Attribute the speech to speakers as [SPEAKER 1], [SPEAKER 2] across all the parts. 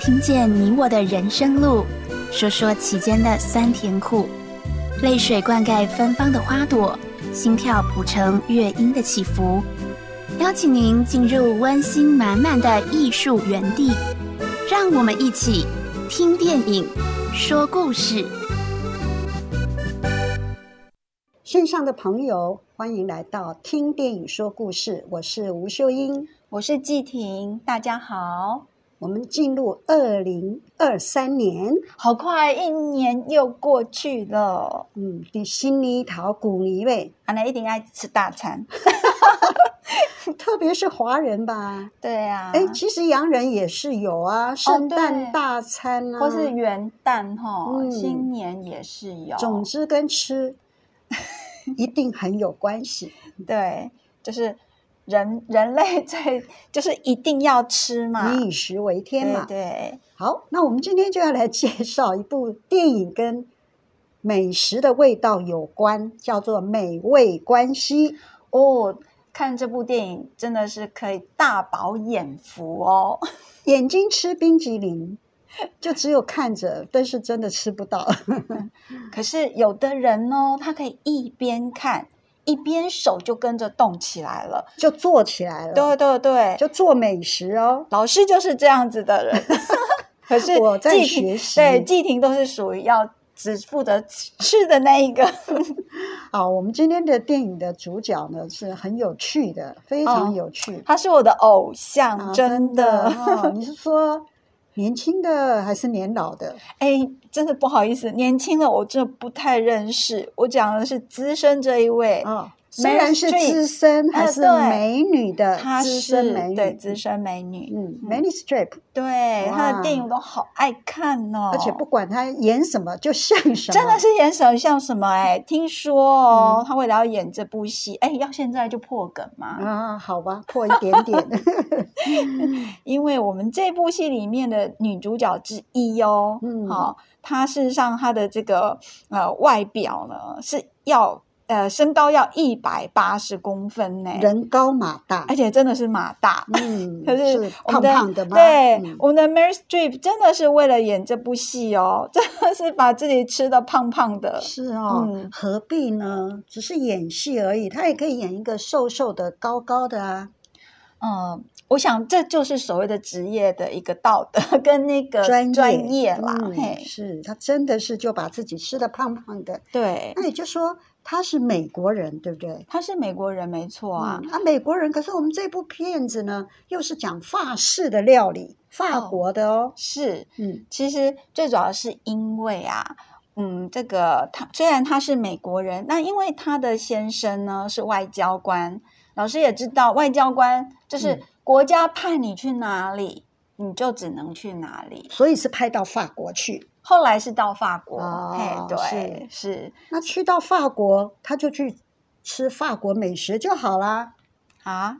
[SPEAKER 1] 听见你我的人生路，说说其间的酸甜苦，泪水灌溉芬芳的花朵，心跳谱成乐音的起伏。邀请您进入温馨满满的艺术园地，让我们一起听电影，说故事。
[SPEAKER 2] 线上的朋友，欢迎来到听电影说故事，我是吴秀英。
[SPEAKER 3] 我是季婷，大家好。
[SPEAKER 2] 我们进入二零二三年，
[SPEAKER 3] 好快，一年又过去了，
[SPEAKER 2] 嗯，比新年桃古年味，
[SPEAKER 3] 安娜一定爱吃大餐。
[SPEAKER 2] 特别是华人吧。
[SPEAKER 3] 对啊，哦
[SPEAKER 2] 哎、其实洋人也是有啊，圣诞大餐啊，
[SPEAKER 3] 或是元旦哈、
[SPEAKER 2] 嗯
[SPEAKER 3] 新年也是有。
[SPEAKER 2] 总之跟吃 一定很有关系。
[SPEAKER 3] 对，就是人人类 最就是一定要吃嘛，
[SPEAKER 2] 民以食为天嘛。
[SPEAKER 3] 啊对对，
[SPEAKER 2] 好，那我们今天就要来介绍一部电影跟美食的味道有关，叫做《美味关系》。
[SPEAKER 3] 哦，看这部电影真的是可以大饱眼福哦。
[SPEAKER 2] 眼睛吃冰激凌，就只有看着，但是真的吃不到。
[SPEAKER 3] 可是有的人哦，他可以一边看一边手就跟着动起来了。
[SPEAKER 2] 就做起来了。
[SPEAKER 3] 对对对，
[SPEAKER 2] 就做美食哦。
[SPEAKER 3] 老师就是这样子的人。 可是
[SPEAKER 2] 我在
[SPEAKER 3] 季婷
[SPEAKER 2] 学习
[SPEAKER 3] 对季婷都是属于要只负责吃 的那一个，
[SPEAKER 2] 好，我们今天的电影的主角呢是很有趣的，非常有趣，
[SPEAKER 3] 他是我的偶像，
[SPEAKER 2] 啊
[SPEAKER 3] 真
[SPEAKER 2] 的
[SPEAKER 3] 的。
[SPEAKER 2] 哦。你是说年轻的还是年老的？
[SPEAKER 3] 哎、真的不好意思，年轻的我真的不太认识，我讲的是资深这一位。
[SPEAKER 2] 哦，虽然是
[SPEAKER 3] Streep
[SPEAKER 2] 资深，还
[SPEAKER 3] 呃
[SPEAKER 2] 是
[SPEAKER 3] 对
[SPEAKER 2] 美女的
[SPEAKER 3] 她
[SPEAKER 2] 资
[SPEAKER 3] 是
[SPEAKER 2] 深美女，
[SPEAKER 3] 对资深哦美女，
[SPEAKER 2] 嗯，Many Strip，
[SPEAKER 3] 对她
[SPEAKER 2] 哇
[SPEAKER 3] 的电影我都好爱看哦，
[SPEAKER 2] 而且不管她演什么，就像什么，
[SPEAKER 3] 真的是演什么像什么哎、听说
[SPEAKER 2] 嗯，
[SPEAKER 3] 哦她为了要演这部戏，哎、要现在就破梗吗？
[SPEAKER 2] 啊，好吧，破一点 点。
[SPEAKER 3] 因为我们这部戏里面的女主角之一哦，
[SPEAKER 2] 嗯
[SPEAKER 3] 好、她事实上她的这个呃外表呢是要呃身高要一百八十公分呢，
[SPEAKER 2] 人高马大
[SPEAKER 3] 而，且真的是马大。
[SPEAKER 2] 嗯，
[SPEAKER 3] 哎 可是我
[SPEAKER 2] 胖
[SPEAKER 3] 们的
[SPEAKER 2] 胖的嘛，
[SPEAKER 3] 对、
[SPEAKER 2] 嗯
[SPEAKER 3] 我们的 Mary Streep 真的是为了演这部戏哦，真的是把自己吃的胖胖的。
[SPEAKER 2] 是哦，
[SPEAKER 3] 嗯
[SPEAKER 2] 何必呢？只是演戏而已，他也可以演一个瘦瘦的、高高的啊，
[SPEAKER 3] 嗯，我想这就是所谓的职业的一个道德跟那个
[SPEAKER 2] 专业
[SPEAKER 3] 呃专业啦。
[SPEAKER 2] 嗯
[SPEAKER 3] 嘿，
[SPEAKER 2] 是他真的是就把自己吃的胖胖的。
[SPEAKER 3] 对，
[SPEAKER 2] 那也就说他是美国人，对不对？
[SPEAKER 3] 他是美国人没错啊。
[SPEAKER 2] 嗯啊，美国人。可是我们这部片子呢，又是讲法式的料理，法
[SPEAKER 3] 哦
[SPEAKER 2] 国的哦。
[SPEAKER 3] 是，
[SPEAKER 2] 嗯
[SPEAKER 3] 其实最主要是因为啊，嗯，这个他虽然他是美国人，那因为他的先生呢是外交官，老师也知道，外交官就是
[SPEAKER 2] 嗯
[SPEAKER 3] 国家派你去哪里，你就只能去哪里。
[SPEAKER 2] 所以是拍到法国去。
[SPEAKER 3] 后来是到法国，
[SPEAKER 2] 哦
[SPEAKER 3] 嘿，对，是
[SPEAKER 2] 那去到法国，他就去吃法国美食就好啦，
[SPEAKER 3] 啊。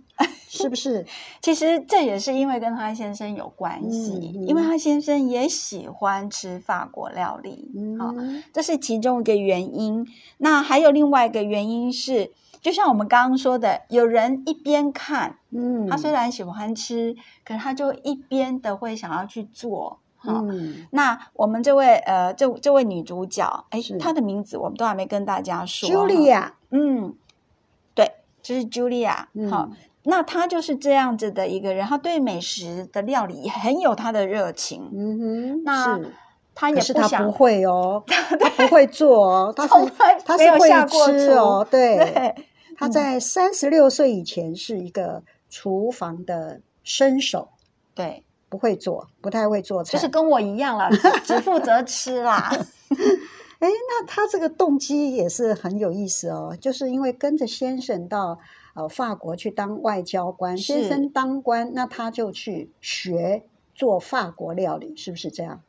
[SPEAKER 2] 是不是？
[SPEAKER 3] 其实这也是因为跟他先生有关系，
[SPEAKER 2] 嗯嗯
[SPEAKER 3] 因为他先生也喜欢吃法国料理，
[SPEAKER 2] 嗯
[SPEAKER 3] 好、这是其中一个原因。那还有另外一个原因是，就像我们刚刚说的，有人一边看，
[SPEAKER 2] 嗯，
[SPEAKER 3] 他虽然喜欢吃，可是他就一边的会想要去做。哈、
[SPEAKER 2] 嗯，
[SPEAKER 3] 那我们这位呃，这这位女主角，哎
[SPEAKER 2] 是，
[SPEAKER 3] 她的名字我们都还没跟大家说。
[SPEAKER 2] Julia，
[SPEAKER 3] 嗯，对，这是 Julia、
[SPEAKER 2] 嗯
[SPEAKER 3] 好，那她就是这样子的一个人，她对美食的料理也很有她的热情，
[SPEAKER 2] 嗯哼，
[SPEAKER 3] 那
[SPEAKER 2] 是
[SPEAKER 3] 她也
[SPEAKER 2] 可是他
[SPEAKER 3] 想
[SPEAKER 2] 不会 哦，他不会做哦，他
[SPEAKER 3] 从
[SPEAKER 2] 是
[SPEAKER 3] 来
[SPEAKER 2] 他
[SPEAKER 3] 没
[SPEAKER 2] 是
[SPEAKER 3] 有下
[SPEAKER 2] 会
[SPEAKER 3] 过
[SPEAKER 2] 吃哦，对，
[SPEAKER 3] 对，嗯
[SPEAKER 2] 他在三十六岁以前是一个厨房的身手，
[SPEAKER 3] 对，
[SPEAKER 2] 不会做，不太会做菜。
[SPEAKER 3] 就是跟我 一样啦，只负责吃啦。
[SPEAKER 2] 哎，那他这个动机也是很有意思哦，就是因为跟着先生到呃法国去当外交官，先
[SPEAKER 3] 是
[SPEAKER 2] 生当官，那他就去学做法国料理，是不是这样？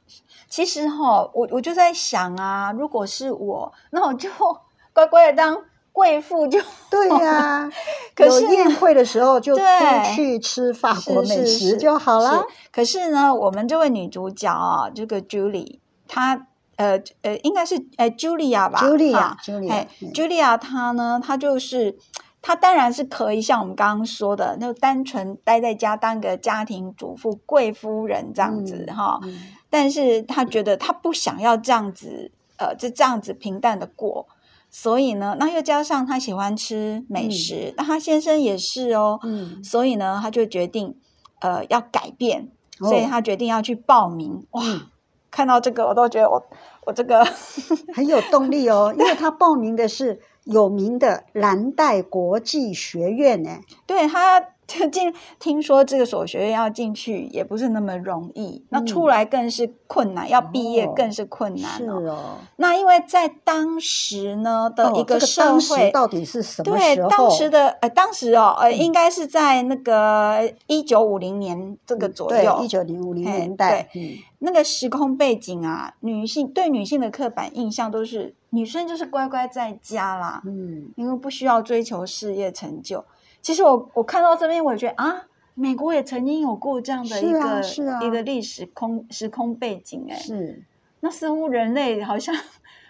[SPEAKER 3] 其实哈、我我就在想啊，如果是我，那我就 乖乖的当贵妇就
[SPEAKER 2] 对呀、
[SPEAKER 3] 哦可是
[SPEAKER 2] 有宴会的时候就出
[SPEAKER 3] 对
[SPEAKER 2] 去吃法国
[SPEAKER 3] 是
[SPEAKER 2] 美
[SPEAKER 3] 是
[SPEAKER 2] 食
[SPEAKER 3] 是
[SPEAKER 2] 就好啦。
[SPEAKER 3] 是可是呢，我们这位女主角啊，这个 Julie，她呃呃，应该是呃 Julia 吧
[SPEAKER 2] Julia，
[SPEAKER 3] 哈
[SPEAKER 2] Julia，
[SPEAKER 3] 哎
[SPEAKER 2] 嗯
[SPEAKER 3] ，Julia 她呢，她就是他当然是可以像我们刚刚说的，就单纯待在家当个家庭主妇、贵夫人这样子
[SPEAKER 2] 嗯
[SPEAKER 3] 哈、
[SPEAKER 2] 嗯
[SPEAKER 3] 但是他觉得他不想要这样子，呃，就这样子平淡的过。所以呢，那又加上他喜欢吃美
[SPEAKER 2] 嗯
[SPEAKER 3] 食，那他先生也是哦，
[SPEAKER 2] 嗯，
[SPEAKER 3] 所以呢，他就决定，呃，要改变，
[SPEAKER 2] 哦
[SPEAKER 3] 所以他决定要去报名。哇，
[SPEAKER 2] 嗯
[SPEAKER 3] 看到这个我都觉得我我这个
[SPEAKER 2] 很有动力哦，因为他报名的是有名的蓝带国际学院呢。
[SPEAKER 3] 对他就进听说这个所学院要进去也不是那么容易，那
[SPEAKER 2] 嗯
[SPEAKER 3] 出来更是困难，要毕业
[SPEAKER 2] 哦
[SPEAKER 3] 更是困难
[SPEAKER 2] 是
[SPEAKER 3] 哦。
[SPEAKER 2] 哦，
[SPEAKER 3] 那因为在当时呢的
[SPEAKER 2] 哦
[SPEAKER 3] 一
[SPEAKER 2] 这个
[SPEAKER 3] 社
[SPEAKER 2] 当时
[SPEAKER 3] 会。
[SPEAKER 2] 到底是什么
[SPEAKER 3] 对
[SPEAKER 2] 时候？，嗯
[SPEAKER 3] 当时的呃，当时哦，呃，应该是在那个一九五零年这个左右，
[SPEAKER 2] 嗯一九零五零
[SPEAKER 3] 嘿
[SPEAKER 2] 年代，嗯，
[SPEAKER 3] 那个时空背景啊，女性对女性的刻板印象都是女生就是乖乖在家啦，
[SPEAKER 2] 嗯，
[SPEAKER 3] 因为不需要追求事业成就。其实我我看到这边，我也觉得啊，美国也曾经有过这样的一
[SPEAKER 2] 是啊
[SPEAKER 3] 个、
[SPEAKER 2] 是啊
[SPEAKER 3] 一个历史空时空背景、欸，
[SPEAKER 2] 是，
[SPEAKER 3] 那似乎人类好像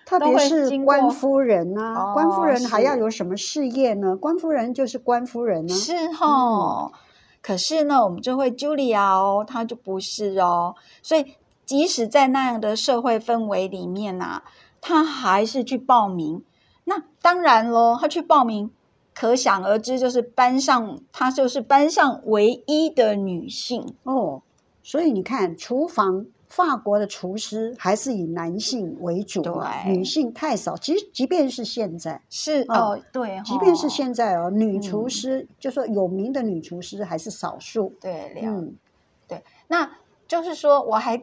[SPEAKER 2] 特
[SPEAKER 3] 都
[SPEAKER 2] 别
[SPEAKER 3] 会
[SPEAKER 2] 是
[SPEAKER 3] 经
[SPEAKER 2] 官
[SPEAKER 3] 过
[SPEAKER 2] 夫人啊，
[SPEAKER 3] 哦
[SPEAKER 2] 官夫人还
[SPEAKER 3] 是
[SPEAKER 2] 要有什么事业呢？官夫人就是官夫人啊呢、
[SPEAKER 3] 是哦，可是呢，我们这位 Julia 哦，她就不是哦，所以即使在那样的社会氛围里面呐、她还是去报名。那当然喽，她去报名，可想而知，就是班上她就是班上唯一的女性。
[SPEAKER 2] 哦，所以你看，厨房法国的厨师还是以男性为主嘛，
[SPEAKER 3] 对
[SPEAKER 2] 女性太少。其实，即便是现在，
[SPEAKER 3] 是
[SPEAKER 2] 哦
[SPEAKER 3] 哦，对
[SPEAKER 2] 即便是
[SPEAKER 3] 吼
[SPEAKER 2] 现在哦，女厨
[SPEAKER 3] 嗯
[SPEAKER 2] 师、就说有名的女厨师还是少数。
[SPEAKER 3] 对了
[SPEAKER 2] 嗯，
[SPEAKER 3] 那就是说，我还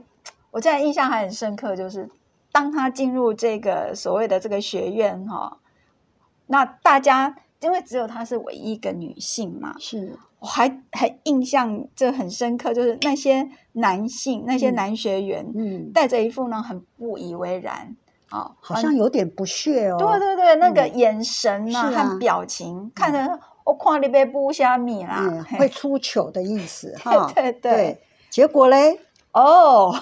[SPEAKER 3] 我现在印象还很深刻，就是当他进入这个所谓的这个学院哈、那大家因为只有她是唯一一个女性嘛，
[SPEAKER 2] 是
[SPEAKER 3] 我还很印象这很深刻，就是那些男性那些
[SPEAKER 2] 嗯
[SPEAKER 3] 男学员、
[SPEAKER 2] 嗯，
[SPEAKER 3] 带着一副呢很不以为然哦，
[SPEAKER 2] 好像有点不屑哦。
[SPEAKER 3] 对对对，那个
[SPEAKER 2] 嗯
[SPEAKER 3] 眼神呐、
[SPEAKER 2] 是啊
[SPEAKER 3] 和表情，看着我看你被不虾米啦，
[SPEAKER 2] 嗯，
[SPEAKER 3] 啊嘿
[SPEAKER 2] 会出糗的意思哈。
[SPEAKER 3] 对对对
[SPEAKER 2] 结果嘞，
[SPEAKER 3] 哦。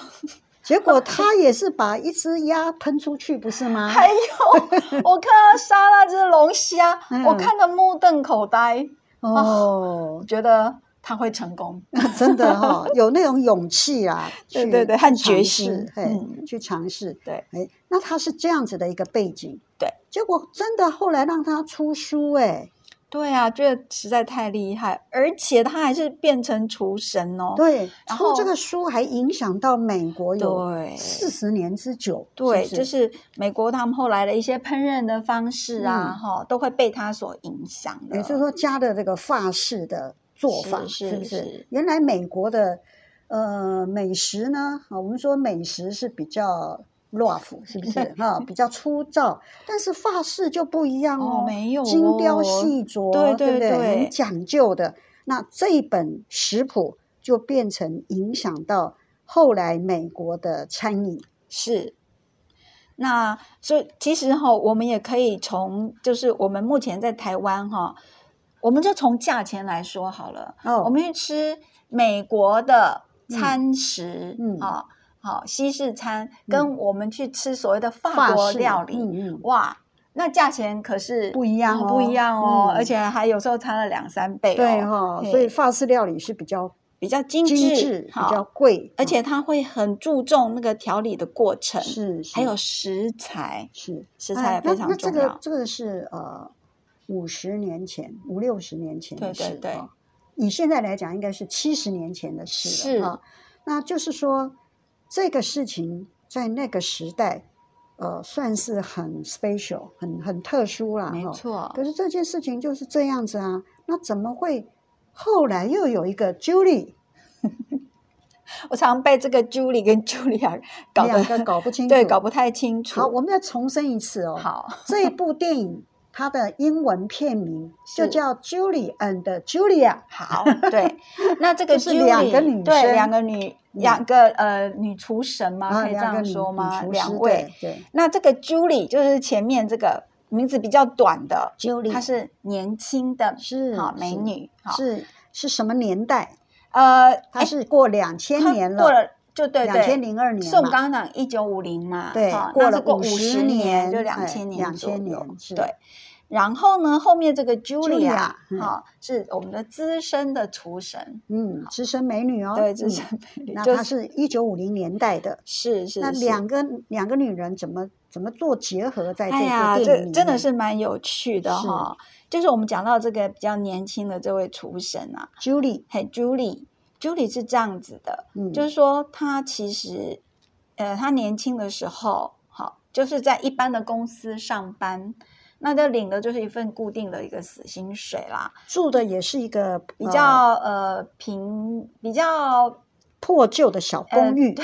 [SPEAKER 2] 结果他也是把一只鸭喷出去，不是 吗？
[SPEAKER 3] 还有，哎我看到杀那只龙虾，
[SPEAKER 2] 嗯
[SPEAKER 3] 我看得目瞪口呆，
[SPEAKER 2] 哦
[SPEAKER 3] 我，觉得他会成功。
[SPEAKER 2] 真的 哈、有那种勇气啊，
[SPEAKER 3] 对
[SPEAKER 2] 去
[SPEAKER 3] 对对和
[SPEAKER 2] 去
[SPEAKER 3] 决
[SPEAKER 2] 尝
[SPEAKER 3] 心
[SPEAKER 2] 试嘿，
[SPEAKER 3] 嗯
[SPEAKER 2] 去尝试，
[SPEAKER 3] 对，
[SPEAKER 2] 哎，那他是这样子的一个背景，
[SPEAKER 3] 对，
[SPEAKER 2] 结果真的后来让他出书、哎，
[SPEAKER 3] 对啊，觉得实在太厉害，而且他还是变成厨神哦。
[SPEAKER 2] 对，
[SPEAKER 3] 然
[SPEAKER 2] 出这
[SPEAKER 3] 后
[SPEAKER 2] 个书还影响到美国有
[SPEAKER 3] 对
[SPEAKER 2] 四十年之久，
[SPEAKER 3] 对，
[SPEAKER 2] 是不
[SPEAKER 3] 就是是美国他们后来的一些烹饪的方式啊，
[SPEAKER 2] 嗯
[SPEAKER 3] 哈、都会被他所影响的。
[SPEAKER 2] 也就是说加了这个法式的做法，
[SPEAKER 3] 嗯是
[SPEAKER 2] 不
[SPEAKER 3] 是
[SPEAKER 2] 是
[SPEAKER 3] 是？
[SPEAKER 2] 原来美国的呃美食呢，啊，我们说美食是比较 rough，是不是 哈？比较粗糙，但是法式就不一样
[SPEAKER 3] 哦
[SPEAKER 2] 哦，
[SPEAKER 3] 没有
[SPEAKER 2] 精雕
[SPEAKER 3] 哦
[SPEAKER 2] 细琢，
[SPEAKER 3] 对
[SPEAKER 2] 对不
[SPEAKER 3] 对对
[SPEAKER 2] 很讲究的。那这一本食谱就变成影响到后来美国的餐饮，
[SPEAKER 3] 是。那所以其实哈、我们也可以从就是我们目前在台湾哈、我们就从价钱来说好了。
[SPEAKER 2] 哦
[SPEAKER 3] 我们去吃美国的餐食，
[SPEAKER 2] 嗯嗯
[SPEAKER 3] 啊，好、西式餐，
[SPEAKER 2] 嗯
[SPEAKER 3] 跟我们去吃所谓的法
[SPEAKER 2] 法
[SPEAKER 3] 国
[SPEAKER 2] 式
[SPEAKER 3] 料理，
[SPEAKER 2] 嗯嗯，
[SPEAKER 3] 哇，那价钱可是
[SPEAKER 2] 不一样哦
[SPEAKER 3] 不一样哦，
[SPEAKER 2] 嗯
[SPEAKER 3] 而且还有时候差了两三倍哦，
[SPEAKER 2] 对哈，
[SPEAKER 3] 嘿
[SPEAKER 2] 所以法式料理是比较
[SPEAKER 3] 比较精致，
[SPEAKER 2] 精致，比
[SPEAKER 3] 好
[SPEAKER 2] 较贵，
[SPEAKER 3] 而且它会很注重那个调理的过程，
[SPEAKER 2] 是是
[SPEAKER 3] 还有食材，
[SPEAKER 2] 是
[SPEAKER 3] 食
[SPEAKER 2] 哎
[SPEAKER 3] 材也
[SPEAKER 2] 那
[SPEAKER 3] 非常
[SPEAKER 2] 那
[SPEAKER 3] 重
[SPEAKER 2] 这个
[SPEAKER 3] 要。
[SPEAKER 2] 这个是呃五十年前、五六十年前的
[SPEAKER 3] 对对
[SPEAKER 2] 事
[SPEAKER 3] 对
[SPEAKER 2] 啊以现在来讲，应该是七十年前的事了
[SPEAKER 3] 是
[SPEAKER 2] 啊。那就是说，这个事情在那个时代，呃，算是很 special、很很特殊啦。
[SPEAKER 3] 没
[SPEAKER 2] 哈
[SPEAKER 3] 错，
[SPEAKER 2] 可是这件事情就是这样子啊，那怎么会后来又有一个 Julie
[SPEAKER 3] 我常被这个 Julie 跟 Julia 搞
[SPEAKER 2] 两
[SPEAKER 3] 得
[SPEAKER 2] 个搞不清楚？
[SPEAKER 3] 对搞不太清楚。
[SPEAKER 2] 好，我们再重申一次哦。。
[SPEAKER 3] 好
[SPEAKER 2] 这一部电影它的英文片名就是叫《Julie and Julia》。
[SPEAKER 3] 好 对，那这个
[SPEAKER 2] 就是两个
[SPEAKER 3] Julie，
[SPEAKER 2] 女
[SPEAKER 3] 对
[SPEAKER 2] 生
[SPEAKER 3] 两个女
[SPEAKER 2] 嗯
[SPEAKER 3] 两个呃女厨神吗？
[SPEAKER 2] 啊，
[SPEAKER 3] 可以这
[SPEAKER 2] 两个
[SPEAKER 3] 样
[SPEAKER 2] 女
[SPEAKER 3] 说吗？
[SPEAKER 2] 女厨师
[SPEAKER 3] 两位。
[SPEAKER 2] 对对
[SPEAKER 3] 那这个 Julie 就是前面这个名字比较短的，
[SPEAKER 2] ，Julie
[SPEAKER 3] 她是年轻的，
[SPEAKER 2] 是
[SPEAKER 3] 好美
[SPEAKER 2] 是
[SPEAKER 3] 女，好
[SPEAKER 2] 是是什么年代？
[SPEAKER 3] 呃，
[SPEAKER 2] 她是过两千
[SPEAKER 3] 她
[SPEAKER 2] 年
[SPEAKER 3] 过
[SPEAKER 2] 了，
[SPEAKER 3] 了就对
[SPEAKER 2] 两
[SPEAKER 3] 对
[SPEAKER 2] 千零二年
[SPEAKER 3] 是我们
[SPEAKER 2] 嘛。
[SPEAKER 3] 刚刚讲一九五零嘛，
[SPEAKER 2] 对
[SPEAKER 3] 好，
[SPEAKER 2] 过
[SPEAKER 3] 那
[SPEAKER 2] 了
[SPEAKER 3] 是过
[SPEAKER 2] 50
[SPEAKER 3] 十
[SPEAKER 2] 年
[SPEAKER 3] 就
[SPEAKER 2] 哎
[SPEAKER 3] 两千年左右，
[SPEAKER 2] 2000年是
[SPEAKER 3] 对。然后呢，后面这个 Julia
[SPEAKER 2] ，Julia，
[SPEAKER 3] 哈、
[SPEAKER 2] 嗯
[SPEAKER 3] 是我们的资深的厨神，
[SPEAKER 2] 嗯，资深美女哦，
[SPEAKER 3] 对，资
[SPEAKER 2] 嗯
[SPEAKER 3] 深美女，
[SPEAKER 2] 那
[SPEAKER 3] 就
[SPEAKER 2] 她是一九五零年代的，
[SPEAKER 3] 是是
[SPEAKER 2] 那
[SPEAKER 3] 是
[SPEAKER 2] 两个两个女人怎么怎么做结合在这
[SPEAKER 3] 哎呀，
[SPEAKER 2] 部电影
[SPEAKER 3] 这
[SPEAKER 2] 里
[SPEAKER 3] 真的
[SPEAKER 2] 面
[SPEAKER 3] 是蛮有趣的
[SPEAKER 2] 是
[SPEAKER 3] 哈、就是我们讲到这个比较年轻的这位厨神啊，
[SPEAKER 2] Julie，
[SPEAKER 3] 嘿，Julie，Julie 是这样子的，
[SPEAKER 2] 嗯，
[SPEAKER 3] 就是说她其实，呃，她年轻的时候，好，就是在一般的公司上班，那就领的就是一份固定的一个死薪水啦，
[SPEAKER 2] 住的也是一个
[SPEAKER 3] 比
[SPEAKER 2] 呃
[SPEAKER 3] 较呃平，比较
[SPEAKER 2] 破旧的小公
[SPEAKER 3] 嗯
[SPEAKER 2] 寓，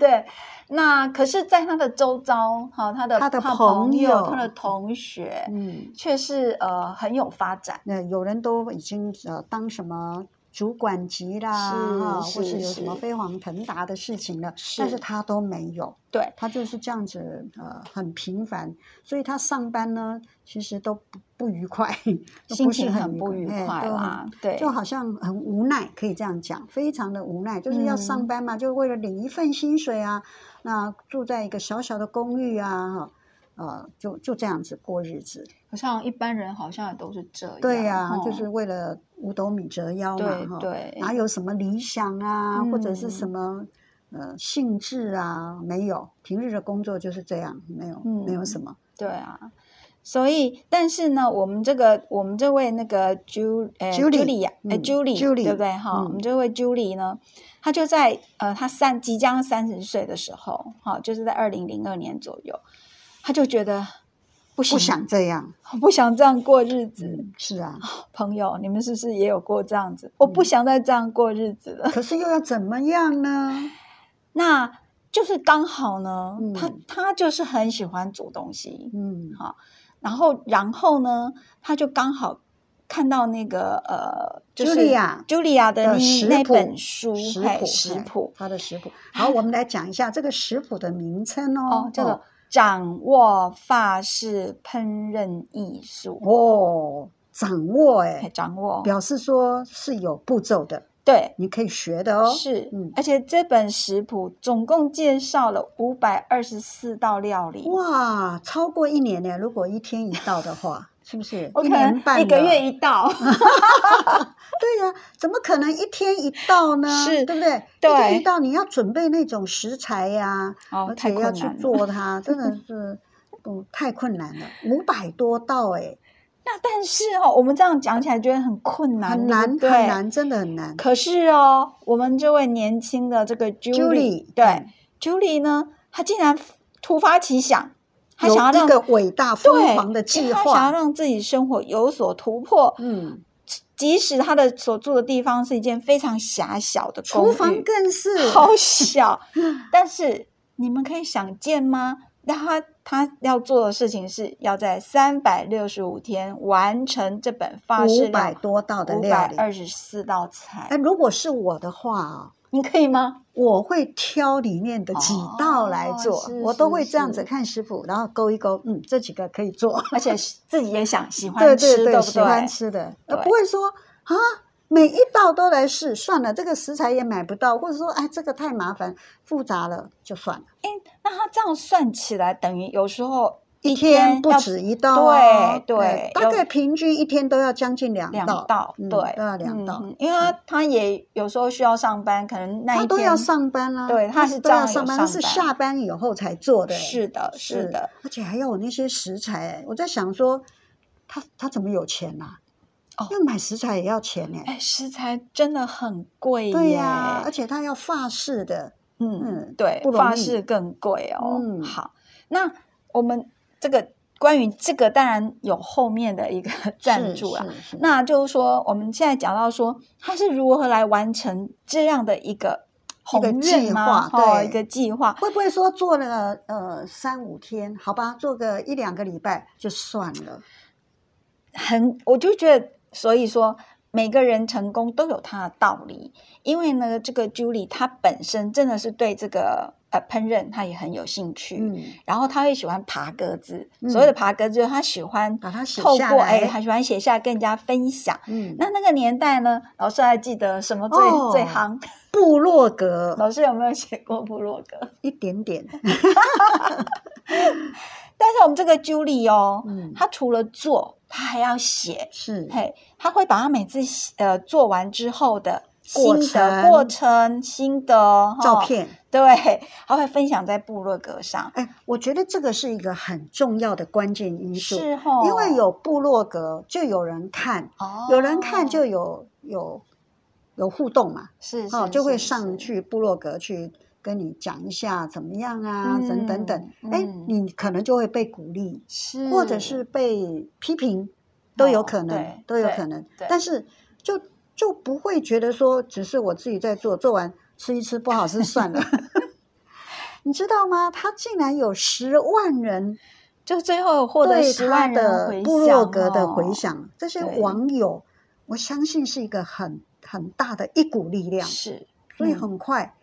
[SPEAKER 3] 对。那可是，在她的周遭，哈，她的
[SPEAKER 2] 她的
[SPEAKER 3] 朋
[SPEAKER 2] 朋
[SPEAKER 3] 友、
[SPEAKER 2] 友
[SPEAKER 3] 她的同学，
[SPEAKER 2] 嗯，
[SPEAKER 3] 却是呃很有发展。
[SPEAKER 2] 那有人都已经呃当什么主管级啦，
[SPEAKER 3] 是
[SPEAKER 2] 哈，或
[SPEAKER 3] 是
[SPEAKER 2] 是有什么
[SPEAKER 3] 是
[SPEAKER 2] 飞黄腾达的事情了，但
[SPEAKER 3] 是
[SPEAKER 2] 是她都没有，
[SPEAKER 3] 对，
[SPEAKER 2] 她就是这样子呃很平凡，所以她上班呢其实都不不愉快，都
[SPEAKER 3] 心
[SPEAKER 2] 不是
[SPEAKER 3] 情很
[SPEAKER 2] 愉
[SPEAKER 3] 不愉
[SPEAKER 2] 哎
[SPEAKER 3] 快
[SPEAKER 2] 都很
[SPEAKER 3] 啦，对，
[SPEAKER 2] 就好像很无奈，可以这样讲，非常的无奈，就是要
[SPEAKER 3] 嗯
[SPEAKER 2] 上班嘛，就为了领一份薪水啊，那住在一个小小的公寓啊，哈，呃，就就这样子过日子。
[SPEAKER 3] 好像一般人好像也都是这样，
[SPEAKER 2] 对呀、
[SPEAKER 3] 吼
[SPEAKER 2] 就是为了五斗米折腰
[SPEAKER 3] 哦对
[SPEAKER 2] 嘛，哈，哦
[SPEAKER 3] 对，
[SPEAKER 2] 哪有什么理想啊，或者是什
[SPEAKER 3] 嗯
[SPEAKER 2] 么呃兴致啊？没有，平日的工作就是这样，没有，
[SPEAKER 3] 嗯
[SPEAKER 2] 没有什么。
[SPEAKER 3] 对啊。所以，但是呢，我们这个我们这位那个 Ju 呃
[SPEAKER 2] Julie，
[SPEAKER 3] Julia 呃
[SPEAKER 2] 嗯
[SPEAKER 3] Julie
[SPEAKER 2] Julie，
[SPEAKER 3] 对不对哈？
[SPEAKER 2] 嗯
[SPEAKER 3] 我们这位 Julie 呢，她就在呃她三即将三十岁的时候，哈，就是在二零零二年左右，她就觉得不行，
[SPEAKER 2] 不想这样，
[SPEAKER 3] 不想这样过日子。
[SPEAKER 2] 嗯，是 啊，
[SPEAKER 3] 朋友，你们是不是也有过这样子？我不
[SPEAKER 2] 嗯
[SPEAKER 3] 想再这样过日子了。
[SPEAKER 2] 可是又要怎么样呢？
[SPEAKER 3] 那就是刚好呢，
[SPEAKER 2] 嗯
[SPEAKER 3] 他他就是很喜欢煮东西，
[SPEAKER 2] 嗯，
[SPEAKER 3] 然后然后呢，他就刚好看到那个呃，就是
[SPEAKER 2] Julia
[SPEAKER 3] Julia 的
[SPEAKER 2] 的
[SPEAKER 3] 那
[SPEAKER 2] 食
[SPEAKER 3] 那
[SPEAKER 2] 谱
[SPEAKER 3] 本书，
[SPEAKER 2] 食
[SPEAKER 3] 嘿
[SPEAKER 2] 谱，
[SPEAKER 3] 食
[SPEAKER 2] 嘿
[SPEAKER 3] 谱
[SPEAKER 2] 它的食谱。好，我们来讲一下这个食谱的名称哦
[SPEAKER 3] 哦，，叫做掌握法式烹饪艺术，
[SPEAKER 2] 哦，掌握
[SPEAKER 3] 嘿
[SPEAKER 2] 哎，
[SPEAKER 3] 掌握
[SPEAKER 2] 表示说是有步骤的，
[SPEAKER 3] 对。
[SPEAKER 2] 你可以学的哦。
[SPEAKER 3] 是
[SPEAKER 2] 嗯，
[SPEAKER 3] 而且这本食谱总共介绍了五百二十四道料理，
[SPEAKER 2] 哦哇，超过一年呢，如果一天一道的话，是不是
[SPEAKER 3] 我
[SPEAKER 2] 一
[SPEAKER 3] 可能
[SPEAKER 2] 年半
[SPEAKER 3] 一个
[SPEAKER 2] 了
[SPEAKER 3] 月一 道，
[SPEAKER 2] 对呀、怎么可能一天一道呢？
[SPEAKER 3] 是
[SPEAKER 2] 对不对？
[SPEAKER 3] 对
[SPEAKER 2] 一天一道，你要准备那种食材呀、
[SPEAKER 3] 哦
[SPEAKER 2] 而
[SPEAKER 3] 太
[SPEAKER 2] 且要
[SPEAKER 3] 困
[SPEAKER 2] 去
[SPEAKER 3] 难了。
[SPEAKER 2] 做它，真的是，嗯，太困难了，五百多道哎、
[SPEAKER 3] 那但是哦，我们这样讲起来觉得很困 难，
[SPEAKER 2] 很
[SPEAKER 3] 对不
[SPEAKER 2] 难
[SPEAKER 3] 对
[SPEAKER 2] 很难，真的很难。
[SPEAKER 3] 可是哦，我们这位年轻的这个 Julie，,
[SPEAKER 2] Julie，
[SPEAKER 3] 对、
[SPEAKER 2] 嗯
[SPEAKER 3] Julie 呢，她竟然突发奇想，她
[SPEAKER 2] 有
[SPEAKER 3] 想要让
[SPEAKER 2] 一个伟大
[SPEAKER 3] 对
[SPEAKER 2] 疯狂的计
[SPEAKER 3] 她想要
[SPEAKER 2] 划，
[SPEAKER 3] 让自己生活有所突破。
[SPEAKER 2] 嗯，
[SPEAKER 3] 即使她的所住的地方是一间非常狭小的公
[SPEAKER 2] 厨
[SPEAKER 3] 寓，
[SPEAKER 2] 房更是
[SPEAKER 3] 好小， 但是你们可以想见吗？那他他要做的事情是要在三百六十五天完成这本法式
[SPEAKER 2] 五百多道的
[SPEAKER 3] 五
[SPEAKER 2] 料
[SPEAKER 3] 百
[SPEAKER 2] 理。
[SPEAKER 3] 二十四道菜，
[SPEAKER 2] 哎，如果是我的话啊，
[SPEAKER 3] 你可以吗？
[SPEAKER 2] 我会挑里面的几道来
[SPEAKER 3] 哦
[SPEAKER 2] 做
[SPEAKER 3] 是，
[SPEAKER 2] 我都
[SPEAKER 3] 是
[SPEAKER 2] 会这样
[SPEAKER 3] 是
[SPEAKER 2] 子看食谱，然后勾一勾，嗯，这几个可以做。
[SPEAKER 3] 而且是自己也想喜
[SPEAKER 2] 对
[SPEAKER 3] 欢吃，
[SPEAKER 2] 对对，
[SPEAKER 3] 不
[SPEAKER 2] 喜欢
[SPEAKER 3] 对？
[SPEAKER 2] 吃的，呃
[SPEAKER 3] 对
[SPEAKER 2] 不会说啊，每一道都来试，算了，这个食材也买不到，或者说哎，这个太麻烦复杂了，就算了，
[SPEAKER 3] 那他这样算起来，等于有时候
[SPEAKER 2] 一
[SPEAKER 3] 天
[SPEAKER 2] 天不
[SPEAKER 3] 要
[SPEAKER 2] 止一道哦，
[SPEAKER 3] 对对
[SPEAKER 2] 呃大
[SPEAKER 3] 有
[SPEAKER 2] 概平均一天都要将近两
[SPEAKER 3] 两
[SPEAKER 2] 道，
[SPEAKER 3] 道，
[SPEAKER 2] 嗯
[SPEAKER 3] 对，
[SPEAKER 2] 都要两道
[SPEAKER 3] 嗯，因为他他也有时候需要上班，可能那一
[SPEAKER 2] 他
[SPEAKER 3] 天
[SPEAKER 2] 都要上班啦，
[SPEAKER 3] 对他
[SPEAKER 2] 他
[SPEAKER 3] 是
[SPEAKER 2] 都
[SPEAKER 3] 照
[SPEAKER 2] 要
[SPEAKER 3] 样有
[SPEAKER 2] 上班，
[SPEAKER 3] 上
[SPEAKER 2] 他是
[SPEAKER 3] 班
[SPEAKER 2] 下班以后才做的，
[SPEAKER 3] 是的，是的，，
[SPEAKER 2] 而且还要有那些食材，我在想说，他他怎么有钱呐？
[SPEAKER 3] 哦
[SPEAKER 2] 要买食材也要钱哎，
[SPEAKER 3] 哎，食材真的很贵耶，
[SPEAKER 2] 对呀，而且他要法式的。
[SPEAKER 3] 嗯
[SPEAKER 2] 嗯，
[SPEAKER 3] 对
[SPEAKER 2] 不，容
[SPEAKER 3] 法
[SPEAKER 2] 易
[SPEAKER 3] 式更贵哦。
[SPEAKER 2] 嗯
[SPEAKER 3] 好，那我们这个关于这个，当然有后面的一个赞
[SPEAKER 2] 是
[SPEAKER 3] 助啦。
[SPEAKER 2] 是是
[SPEAKER 3] 那就是说，我们现在讲到说，他是如何来完成这样的一个宏
[SPEAKER 2] 个
[SPEAKER 3] 愿
[SPEAKER 2] 计
[SPEAKER 3] 吗？
[SPEAKER 2] 划
[SPEAKER 3] 哦，
[SPEAKER 2] 对
[SPEAKER 3] 一个计划。
[SPEAKER 2] 会不会说做了呃三五天，好吧，做个一两个礼拜就算了？
[SPEAKER 3] 很，我就觉得，所以说每个人成功都有他的道理，因为呢，这个 Julie 她本身真的是对这个呃烹饪她也很有兴趣，
[SPEAKER 2] 嗯，
[SPEAKER 3] 然后她会喜欢爬格子。
[SPEAKER 2] 嗯
[SPEAKER 3] 所谓的爬格子，就是她喜欢
[SPEAKER 2] 把它写
[SPEAKER 3] 透
[SPEAKER 2] 下
[SPEAKER 3] 过
[SPEAKER 2] 来
[SPEAKER 3] 哎，她喜欢写下来跟人家分享。
[SPEAKER 2] 嗯，
[SPEAKER 3] 那那个年代呢，老师还记得什么最、
[SPEAKER 2] 哦
[SPEAKER 3] 最夯？
[SPEAKER 2] 部落格
[SPEAKER 3] 老师有没有写过部落格？
[SPEAKER 2] 一点点，
[SPEAKER 3] 但是我们这个 Julie 哦，
[SPEAKER 2] 嗯，
[SPEAKER 3] 她除了做，她还要写，
[SPEAKER 2] 是，
[SPEAKER 3] 嘿，她会把她每次写呃做完之后的
[SPEAKER 2] 过
[SPEAKER 3] 心得
[SPEAKER 2] 程
[SPEAKER 3] 过程、心得哦
[SPEAKER 2] 照，
[SPEAKER 3] 哈
[SPEAKER 2] 片。
[SPEAKER 3] 对，她会分享在部落格上，
[SPEAKER 2] 哎，我觉得这个是一个很重要的关键因素，
[SPEAKER 3] 是哦，
[SPEAKER 2] 因为有部落格就有人看，
[SPEAKER 3] 哦
[SPEAKER 2] 有人看就有有有互动嘛，
[SPEAKER 3] 是
[SPEAKER 2] 哦，
[SPEAKER 3] 是
[SPEAKER 2] 就会
[SPEAKER 3] 是
[SPEAKER 2] 上
[SPEAKER 3] 是
[SPEAKER 2] 去部落格去跟你讲一下怎么样啊，等等等。
[SPEAKER 3] 嗯
[SPEAKER 2] 哎
[SPEAKER 3] 嗯，
[SPEAKER 2] 你可能就会被鼓励，
[SPEAKER 3] 是，
[SPEAKER 2] 或者是被批评，都有
[SPEAKER 3] 嗯哦
[SPEAKER 2] 可能
[SPEAKER 3] 对，
[SPEAKER 2] 都有
[SPEAKER 3] 对
[SPEAKER 2] 可能
[SPEAKER 3] 对。
[SPEAKER 2] 但是就就不会觉得说只是我自己在做，做完吃一吃不好吃算了。 你知道吗？他竟然有十万人
[SPEAKER 3] 就最后获得
[SPEAKER 2] 对
[SPEAKER 3] 十
[SPEAKER 2] 他
[SPEAKER 3] 万人
[SPEAKER 2] 的
[SPEAKER 3] 回
[SPEAKER 2] 部
[SPEAKER 3] 响
[SPEAKER 2] 落格的
[SPEAKER 3] 哦
[SPEAKER 2] 回响，这些
[SPEAKER 3] 对
[SPEAKER 2] 网友，我相信是一个很很大的一股力量。
[SPEAKER 3] 是，
[SPEAKER 2] 所以
[SPEAKER 3] 嗯
[SPEAKER 2] 很快，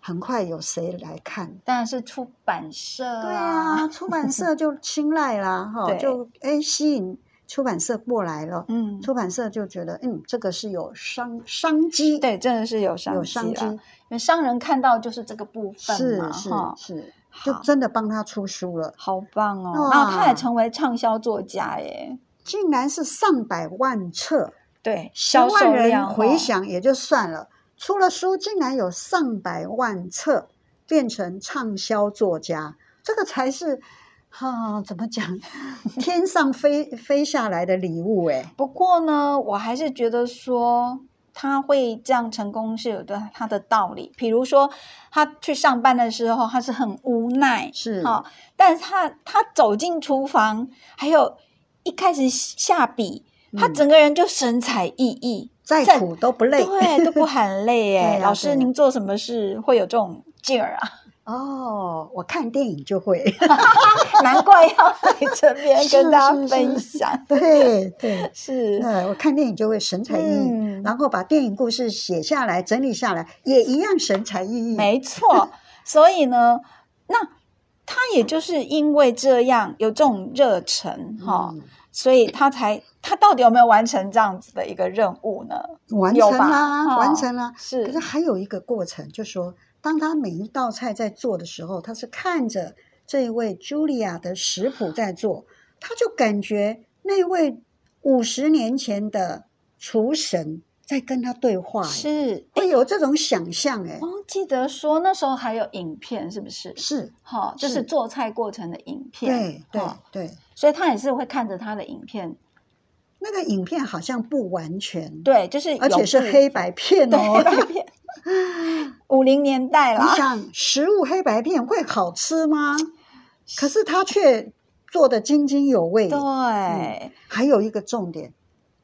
[SPEAKER 2] 很快有谁来看？
[SPEAKER 3] 当然是出版社
[SPEAKER 2] 对
[SPEAKER 3] 啊，
[SPEAKER 2] 啊，出版社就青睐 啦，哈，
[SPEAKER 3] 对
[SPEAKER 2] 就哎吸引出版社过来了，
[SPEAKER 3] 嗯，
[SPEAKER 2] 出版社就觉得嗯，这个是有商商机，，
[SPEAKER 3] 对，真的是有商
[SPEAKER 2] 有
[SPEAKER 3] 机啦
[SPEAKER 2] 商机，
[SPEAKER 3] 因为商人看到就是这个部分
[SPEAKER 2] 是
[SPEAKER 3] 嘛，
[SPEAKER 2] 是
[SPEAKER 3] 哈，
[SPEAKER 2] 是，就
[SPEAKER 3] 好，
[SPEAKER 2] 真的帮他出书了，
[SPEAKER 3] 好棒哦，然后他也
[SPEAKER 2] 哇
[SPEAKER 3] 成为畅销作家耶，
[SPEAKER 2] 竟然是上百万册，
[SPEAKER 3] 对，
[SPEAKER 2] 十
[SPEAKER 3] 销售
[SPEAKER 2] 万人
[SPEAKER 3] 量
[SPEAKER 2] 回
[SPEAKER 3] 哦，
[SPEAKER 2] 响也就算了，出了书竟然有上百万册，变成畅销作家，这个才是。哈、怎么讲？天上飞飞下来的礼物、欸，
[SPEAKER 3] 不过呢，我还是觉得说。他会这样成功是有的他的道理，比如说他去上班的时候，他是很无奈，
[SPEAKER 2] 是
[SPEAKER 3] 好、但是他他走进厨房，还有一开始下笔，他
[SPEAKER 2] 嗯
[SPEAKER 3] 整个人就神采奕奕，
[SPEAKER 2] 再
[SPEAKER 3] 在
[SPEAKER 2] 苦都不累。
[SPEAKER 3] 对，都不喊累 哎、
[SPEAKER 2] 对啊
[SPEAKER 3] 老
[SPEAKER 2] 对
[SPEAKER 3] 师，
[SPEAKER 2] 啊
[SPEAKER 3] 您做什么事会有这种劲儿 啊？
[SPEAKER 2] 哦，我看电影就会。
[SPEAKER 3] 难怪要来这边
[SPEAKER 2] 是
[SPEAKER 3] 跟大家
[SPEAKER 2] 是
[SPEAKER 3] 分
[SPEAKER 2] 是
[SPEAKER 3] 享，
[SPEAKER 2] 对对，
[SPEAKER 3] 是
[SPEAKER 2] 呃，我看电影就会神采奕奕，
[SPEAKER 3] 嗯
[SPEAKER 2] 然后把电影故事写下来、整理下来，也一样神采奕奕。
[SPEAKER 3] 没错。所以呢，那他也就是因为这样有这种热忱哈、
[SPEAKER 2] 嗯
[SPEAKER 3] 所以他才他到底有没有完成这样子的一个任务呢？
[SPEAKER 2] 完
[SPEAKER 3] 有
[SPEAKER 2] 成
[SPEAKER 3] 吧
[SPEAKER 2] 啦，
[SPEAKER 3] 哦
[SPEAKER 2] 完成啦。
[SPEAKER 3] 是
[SPEAKER 2] 可是还有一个过程，就说当他每一道菜在做的时候，他是看着这一位 Julia 的食谱在做，他就感觉那位五十年前的厨神在跟他对话，哎
[SPEAKER 3] 是，
[SPEAKER 2] 会有这种想象，哎，
[SPEAKER 3] 哦，记得说那时候还有影片，是不是？
[SPEAKER 2] 是，
[SPEAKER 3] 哈、就是
[SPEAKER 2] 是
[SPEAKER 3] 做菜过程的影片。
[SPEAKER 2] 对对
[SPEAKER 3] 哈
[SPEAKER 2] 对。
[SPEAKER 3] 所以他也是会看着他的影片，
[SPEAKER 2] 那个影片好像不完全，
[SPEAKER 3] 对，就是
[SPEAKER 2] 而且
[SPEAKER 3] 有
[SPEAKER 2] 是
[SPEAKER 3] 部
[SPEAKER 2] 黑白片
[SPEAKER 3] 对
[SPEAKER 2] 哦。
[SPEAKER 3] 白片，五零年代
[SPEAKER 2] 你
[SPEAKER 3] 啦，
[SPEAKER 2] 想食物黑白片会好吃吗？可是他却做的津津有味。
[SPEAKER 3] 对、
[SPEAKER 2] 还有一个重点，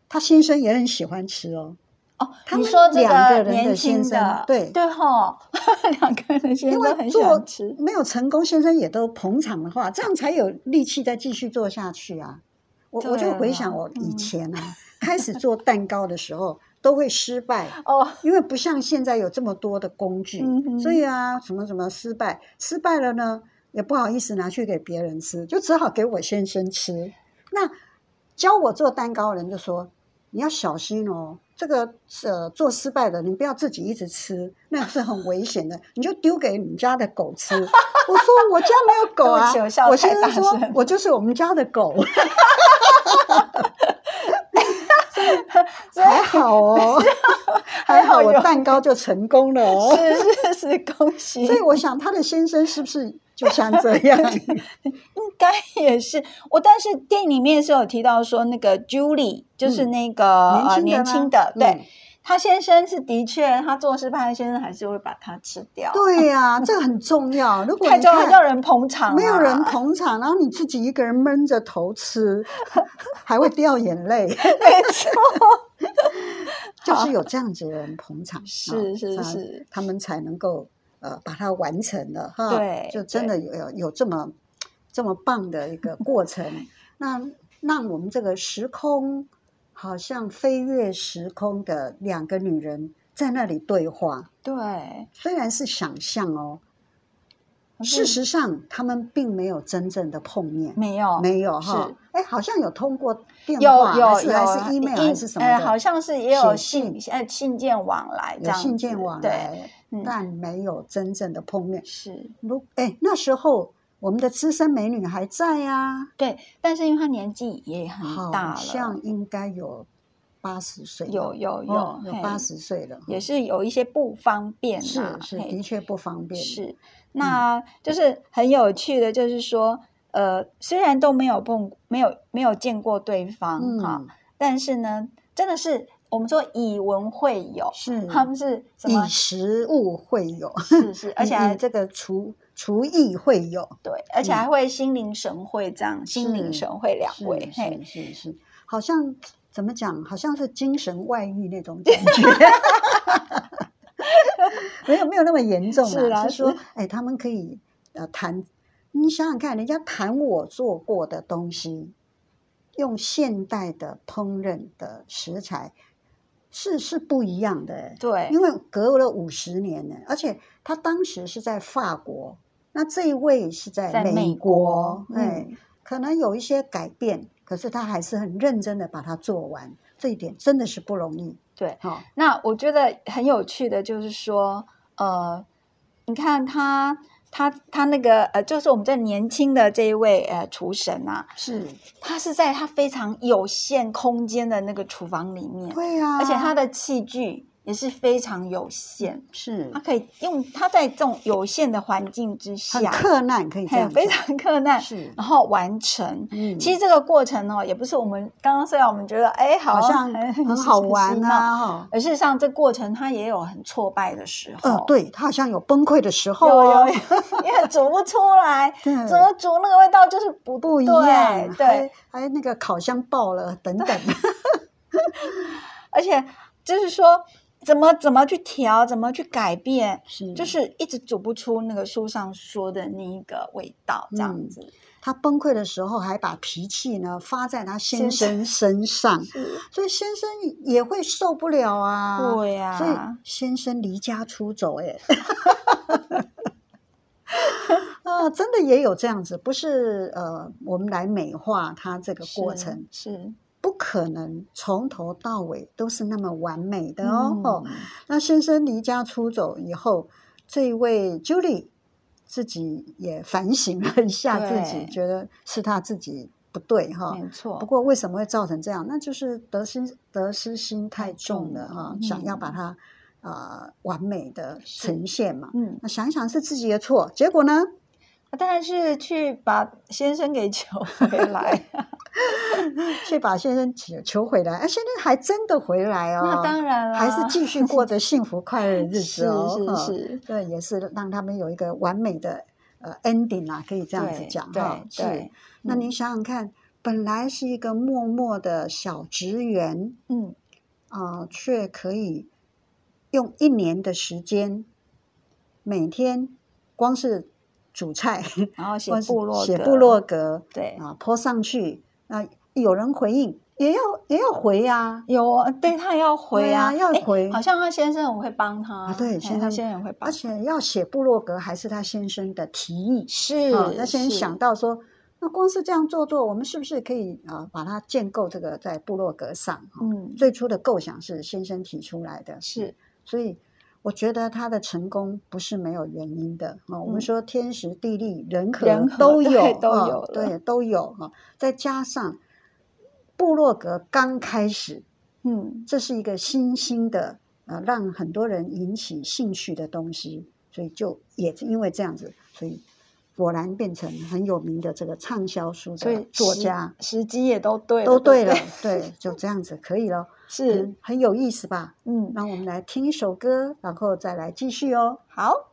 [SPEAKER 2] 他先生也很喜欢吃哦。
[SPEAKER 3] 哦，
[SPEAKER 2] 他
[SPEAKER 3] 你
[SPEAKER 2] 们
[SPEAKER 3] 说这
[SPEAKER 2] 两个人的
[SPEAKER 3] 年轻
[SPEAKER 2] 先生
[SPEAKER 3] 的，
[SPEAKER 2] 对
[SPEAKER 3] 对吼， 两个人的先
[SPEAKER 2] 因
[SPEAKER 3] 生
[SPEAKER 2] 为
[SPEAKER 3] 都很喜
[SPEAKER 2] 做
[SPEAKER 3] 欢吃，
[SPEAKER 2] 没有成功，先生也都捧场的话，这样才有力气再继续做下去啊。我我
[SPEAKER 3] 对
[SPEAKER 2] 就
[SPEAKER 3] 啊
[SPEAKER 2] 回想我以
[SPEAKER 3] 嗯
[SPEAKER 2] 前啊，开始做蛋糕的时候都会失败，
[SPEAKER 3] 哦，
[SPEAKER 2] 因为不像现在有这么多的工具，
[SPEAKER 3] 嗯哼
[SPEAKER 2] 所以啊，什么什么失败，失败了呢，也不好意思拿去给别人吃，就只好给我先生吃。那教我做蛋糕的人就说：“你要小心哦，这个呃做失败的，你不要自己一直吃，那是很危险的，你就丢给你家的狗吃。”我说：“我家没有狗啊
[SPEAKER 3] 对不起我笑。得”
[SPEAKER 2] 我先生
[SPEAKER 3] 太大
[SPEAKER 2] 说
[SPEAKER 3] 声：“
[SPEAKER 2] 我就是我们家的 狗。”
[SPEAKER 3] 所以
[SPEAKER 2] 还好 哦，还好我
[SPEAKER 3] 有
[SPEAKER 2] 蛋糕就成功了哦。
[SPEAKER 3] 是是是，恭喜！
[SPEAKER 2] 所以我想，他的先生是不是就像这 样？
[SPEAKER 3] 应该也是我，但是电影里面是有提到说，那个 Julie 就是
[SPEAKER 2] 嗯
[SPEAKER 3] 那个、呃年
[SPEAKER 2] 年
[SPEAKER 3] 轻
[SPEAKER 2] 轻
[SPEAKER 3] 的
[SPEAKER 2] 的吗，
[SPEAKER 3] 对、
[SPEAKER 2] 嗯
[SPEAKER 3] 他先生是的确，他做失败，先生还是会把它吃掉。，
[SPEAKER 2] 对呀、这个很重要。如果
[SPEAKER 3] 太
[SPEAKER 2] 你
[SPEAKER 3] 重要，
[SPEAKER 2] 看
[SPEAKER 3] 要人捧场、啊，
[SPEAKER 2] 没有 人捧场，然后你自己一个人闷着头吃，还会掉眼 泪，
[SPEAKER 3] 没错，
[SPEAKER 2] 就是有这样子的人捧场，
[SPEAKER 3] 是
[SPEAKER 2] 啊
[SPEAKER 3] 是
[SPEAKER 2] 才
[SPEAKER 3] 是
[SPEAKER 2] 他们才能够呃把它完成了哈。
[SPEAKER 3] 对
[SPEAKER 2] 就真的有有有这么这么棒的一个过 程，那让我们这个时空好像飞越时空的两个女人在那里对话，
[SPEAKER 3] 对，
[SPEAKER 2] 虽然是想象哦，
[SPEAKER 3] 可是
[SPEAKER 2] 事实上他们并没有真正的碰面，
[SPEAKER 3] 没有
[SPEAKER 2] 没有哈
[SPEAKER 3] 哦是。
[SPEAKER 2] 哎，好像有通过电
[SPEAKER 3] 有
[SPEAKER 2] 话，
[SPEAKER 3] 有
[SPEAKER 2] 还是
[SPEAKER 3] 有
[SPEAKER 2] 还是 email 还
[SPEAKER 3] 一
[SPEAKER 2] 是什么
[SPEAKER 3] 呃
[SPEAKER 2] 的，
[SPEAKER 3] 好像是也
[SPEAKER 2] 写
[SPEAKER 3] 有信呃信件往来这
[SPEAKER 2] 有
[SPEAKER 3] 样子，
[SPEAKER 2] 信件往来，
[SPEAKER 3] 对，嗯，
[SPEAKER 2] 但没有真正的碰面。
[SPEAKER 3] 是
[SPEAKER 2] 如哎那时候我们的资深美女还在呀、
[SPEAKER 3] 对，但是因为他年纪也
[SPEAKER 2] 啊，
[SPEAKER 3] 很大
[SPEAKER 2] 好
[SPEAKER 3] 了，
[SPEAKER 2] 像应该有八十岁了，
[SPEAKER 3] 有有有、
[SPEAKER 2] 哦有
[SPEAKER 3] 嘿
[SPEAKER 2] 八，十岁了，
[SPEAKER 3] 也是有一些不方便
[SPEAKER 2] 是
[SPEAKER 3] 啊，
[SPEAKER 2] 是，
[SPEAKER 3] 嘿
[SPEAKER 2] 的嗯确不方便，
[SPEAKER 3] 是，那就是很有趣的，就是说，呃，虽然都没有碰，没有没有见过对方
[SPEAKER 2] 嗯，
[SPEAKER 3] 哈、但是呢，真的是我们说以文会友，
[SPEAKER 2] 是
[SPEAKER 3] 他们是什么
[SPEAKER 2] 以？食物会友，
[SPEAKER 3] 是是，而且
[SPEAKER 2] 以以
[SPEAKER 3] 还
[SPEAKER 2] 这个厨厨艺会友，
[SPEAKER 3] 对，而且
[SPEAKER 2] 嗯
[SPEAKER 3] 还会心灵神会这样，心灵
[SPEAKER 2] 是
[SPEAKER 3] 神会两
[SPEAKER 2] 是
[SPEAKER 3] 位，嘿
[SPEAKER 2] 是，是是，好像怎么讲，好像是精神外遇那种感 觉。没有没有那么严重
[SPEAKER 3] 是啦
[SPEAKER 2] 啦，是说
[SPEAKER 3] 是，
[SPEAKER 2] 哎，他们可以呃谈，你想想看，人家谈我做过的东西，用现代的烹饪的食材，是是不一样的、哎
[SPEAKER 3] 对
[SPEAKER 2] 因为隔了五十年呢，而且他当时是在法国，那这一位是在
[SPEAKER 3] 在
[SPEAKER 2] 美
[SPEAKER 3] 美
[SPEAKER 2] 国
[SPEAKER 3] 国，，
[SPEAKER 2] 哎、
[SPEAKER 3] 嗯，
[SPEAKER 2] 可能有一些改变，可是他还是很认真的把它做完，这一点真的是不容易。哦
[SPEAKER 3] 对。
[SPEAKER 2] 好、
[SPEAKER 3] 那我觉得很有趣的就是说，呃，你看他他他那个呃，就是我们这年轻的这一位呃厨神啊，
[SPEAKER 2] 是，
[SPEAKER 3] 他是在他非常有限空间的那个厨房里面，
[SPEAKER 2] 对呀、啊，
[SPEAKER 3] 而且他的器具也是非常有限，
[SPEAKER 2] 是
[SPEAKER 3] 他可以用他在这种有限的环境之
[SPEAKER 2] 很
[SPEAKER 3] 下，
[SPEAKER 2] 克难，可以这
[SPEAKER 3] 嘿
[SPEAKER 2] 样
[SPEAKER 3] 非
[SPEAKER 2] 讲
[SPEAKER 3] 常克难，
[SPEAKER 2] 是，
[SPEAKER 3] 然后完成。
[SPEAKER 2] 嗯，
[SPEAKER 3] 其实这个过程哦，也不是我们刚刚虽然我们觉得哎，
[SPEAKER 2] 好像
[SPEAKER 3] 像
[SPEAKER 2] 很好玩，
[SPEAKER 3] 很
[SPEAKER 2] 啊，哈。
[SPEAKER 3] 而事实上，这过程它也有很挫败的时候。
[SPEAKER 2] 呃，，对他好像有崩溃的时候
[SPEAKER 3] 有
[SPEAKER 2] 哦
[SPEAKER 3] 有，有，因为煮不出来，
[SPEAKER 2] 对
[SPEAKER 3] 怎么煮那个味道就是不
[SPEAKER 2] 不一
[SPEAKER 3] 对
[SPEAKER 2] 样，
[SPEAKER 3] 对，
[SPEAKER 2] 还，还那个烤箱爆了等等，
[SPEAKER 3] 而且就是说怎么怎么去调，怎么去改变，
[SPEAKER 2] 是
[SPEAKER 3] 就是一直煮不出那个书上说的那一个味道，这样
[SPEAKER 2] 嗯
[SPEAKER 3] 子。
[SPEAKER 2] 他崩溃的时候还把脾气呢发在他先生
[SPEAKER 3] 先
[SPEAKER 2] 身上，
[SPEAKER 3] 是
[SPEAKER 2] 所以先生也会受不了啊。
[SPEAKER 3] 对呀、
[SPEAKER 2] 所以先生离家出走、欸， 啊，真的也有这样子，不是呃，我们来美化他这个过程，
[SPEAKER 3] 是嗯是
[SPEAKER 2] 不可能从头到尾都是那么完美的哦。哦
[SPEAKER 3] 嗯
[SPEAKER 2] 那先生离家出走以后，这一位 Julie 自己也反省了一下自己，
[SPEAKER 3] 对
[SPEAKER 2] 觉得是他自己不对哈、
[SPEAKER 3] 没错
[SPEAKER 2] 不。过为什么会造成这样？那就是得失得失心太重了哈、
[SPEAKER 3] 嗯
[SPEAKER 2] 想要把它呃完美的呈现嘛。
[SPEAKER 3] 嗯，
[SPEAKER 2] 那想一想是自己的错，结果呢？
[SPEAKER 3] 当然是去把先生给 求回 来。
[SPEAKER 2] 却把先生求求回来，哎、先生还真的回来哦，
[SPEAKER 3] 那当然啦，
[SPEAKER 2] 还是继续过着幸福快乐的日子哦。
[SPEAKER 3] 是
[SPEAKER 2] 哈
[SPEAKER 3] 是是，
[SPEAKER 2] 对，也是让他们有一个完美的呃 ending 啊，可以这样子
[SPEAKER 3] 对
[SPEAKER 2] 讲哈
[SPEAKER 3] 对。
[SPEAKER 2] 是
[SPEAKER 3] 对，，
[SPEAKER 2] 那
[SPEAKER 3] 嗯
[SPEAKER 2] 您想想看，本来是一个默默的小职员，
[SPEAKER 3] 嗯，
[SPEAKER 2] 啊、却可以用一年的时间，每天光是煮菜，
[SPEAKER 3] 然后 写
[SPEAKER 2] 光是
[SPEAKER 3] 部落
[SPEAKER 2] 写
[SPEAKER 3] 格
[SPEAKER 2] 部落格
[SPEAKER 3] 对
[SPEAKER 2] 啊，泼上去，那、有人回应也要也要回呀、啊。
[SPEAKER 3] 有啊，对他要回
[SPEAKER 2] 对啊
[SPEAKER 3] 啊，
[SPEAKER 2] 要
[SPEAKER 3] 诶
[SPEAKER 2] 回
[SPEAKER 3] 好像他先生我会帮他
[SPEAKER 2] 啊对
[SPEAKER 3] 诶
[SPEAKER 2] 先生
[SPEAKER 3] 他
[SPEAKER 2] 啊
[SPEAKER 3] 先生会帮
[SPEAKER 2] 而，且要写部落格，还是他先生的提议
[SPEAKER 3] 是
[SPEAKER 2] 啊。他先
[SPEAKER 3] 嗯是
[SPEAKER 2] 想到说，那光是这样做做，我们是不是可以啊，把它建构这个在部落格上？啊
[SPEAKER 3] 嗯，
[SPEAKER 2] 最初的构想是先生提出来的，
[SPEAKER 3] 是
[SPEAKER 2] 所以我觉得他的成功不是没有原因的啊、哦我们
[SPEAKER 3] 嗯
[SPEAKER 2] 说天时地利人和
[SPEAKER 3] 人和
[SPEAKER 2] 都
[SPEAKER 3] 对
[SPEAKER 2] 有，
[SPEAKER 3] 都
[SPEAKER 2] 啊
[SPEAKER 3] 有了
[SPEAKER 2] 对，都有啊、哦再加上部落格刚开始，
[SPEAKER 3] 嗯
[SPEAKER 2] 这是一个新兴的呃，让很多人引起兴趣的东西，所以就也因为这样子，所以果然变成很有名的这个畅销书
[SPEAKER 3] 所
[SPEAKER 2] 的
[SPEAKER 3] 以
[SPEAKER 2] 作
[SPEAKER 3] 时
[SPEAKER 2] 家。
[SPEAKER 3] 时机也都对了，
[SPEAKER 2] 都对
[SPEAKER 3] 不
[SPEAKER 2] 了，对，就这样子可以了，
[SPEAKER 3] 是
[SPEAKER 2] 嗯很有意思吧？
[SPEAKER 3] 嗯
[SPEAKER 2] 那我们来听一首歌，然后再来继续哦。
[SPEAKER 3] 好，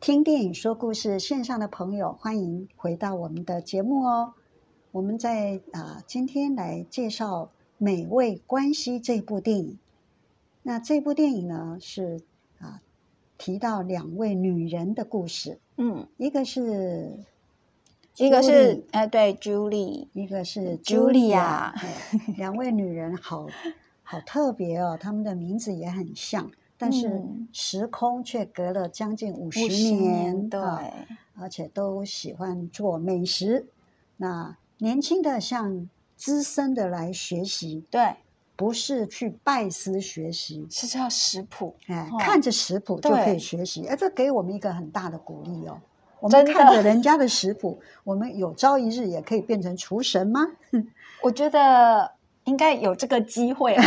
[SPEAKER 2] 听电影说故事线上的朋友，欢迎回到我们的节目哦。我们在啊、呃今天来介绍《美味关系》这部电影。那这部电影呢是啊、提到两位女人的故事，
[SPEAKER 3] 嗯，
[SPEAKER 2] 一个是
[SPEAKER 3] 一个
[SPEAKER 2] Julie
[SPEAKER 3] 是哎、对，Julie，
[SPEAKER 2] 一个是
[SPEAKER 3] Julia
[SPEAKER 2] 嘿哎两位女人好 好特别哦，她们的名字也很像，但是
[SPEAKER 3] 嗯
[SPEAKER 2] 时空却隔了将近五十
[SPEAKER 3] 50
[SPEAKER 2] 年，
[SPEAKER 3] 对，
[SPEAKER 2] 啊而且都喜欢做美食。那年轻的向资深的来学习，
[SPEAKER 3] 对，
[SPEAKER 2] 不是去拜师学习，
[SPEAKER 3] 是叫食谱，
[SPEAKER 2] 哎，
[SPEAKER 3] 哦
[SPEAKER 2] 看着食谱就可以
[SPEAKER 3] 对
[SPEAKER 2] 学习，哎，这给我们一个很大的鼓励哦。我们
[SPEAKER 3] 真的
[SPEAKER 2] 看着人家的食谱， 我们有朝一日也可以变成厨神吗？
[SPEAKER 3] 我觉得应该有这个机会吧？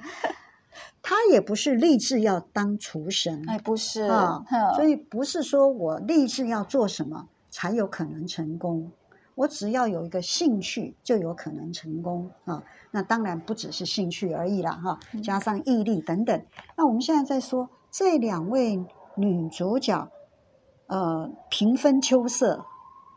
[SPEAKER 2] 他也不是立志要当厨神
[SPEAKER 3] 哎，不是，
[SPEAKER 2] 啊
[SPEAKER 3] 哼，
[SPEAKER 2] 所以不是说我立志要做什么才有可能成功，我只要有一个兴趣就有可能成功啊。那当然不只是兴趣而已啦，哈、
[SPEAKER 3] 嗯
[SPEAKER 2] 加上毅力等等。那我们现在在说这两位女主角，呃，平分秋色。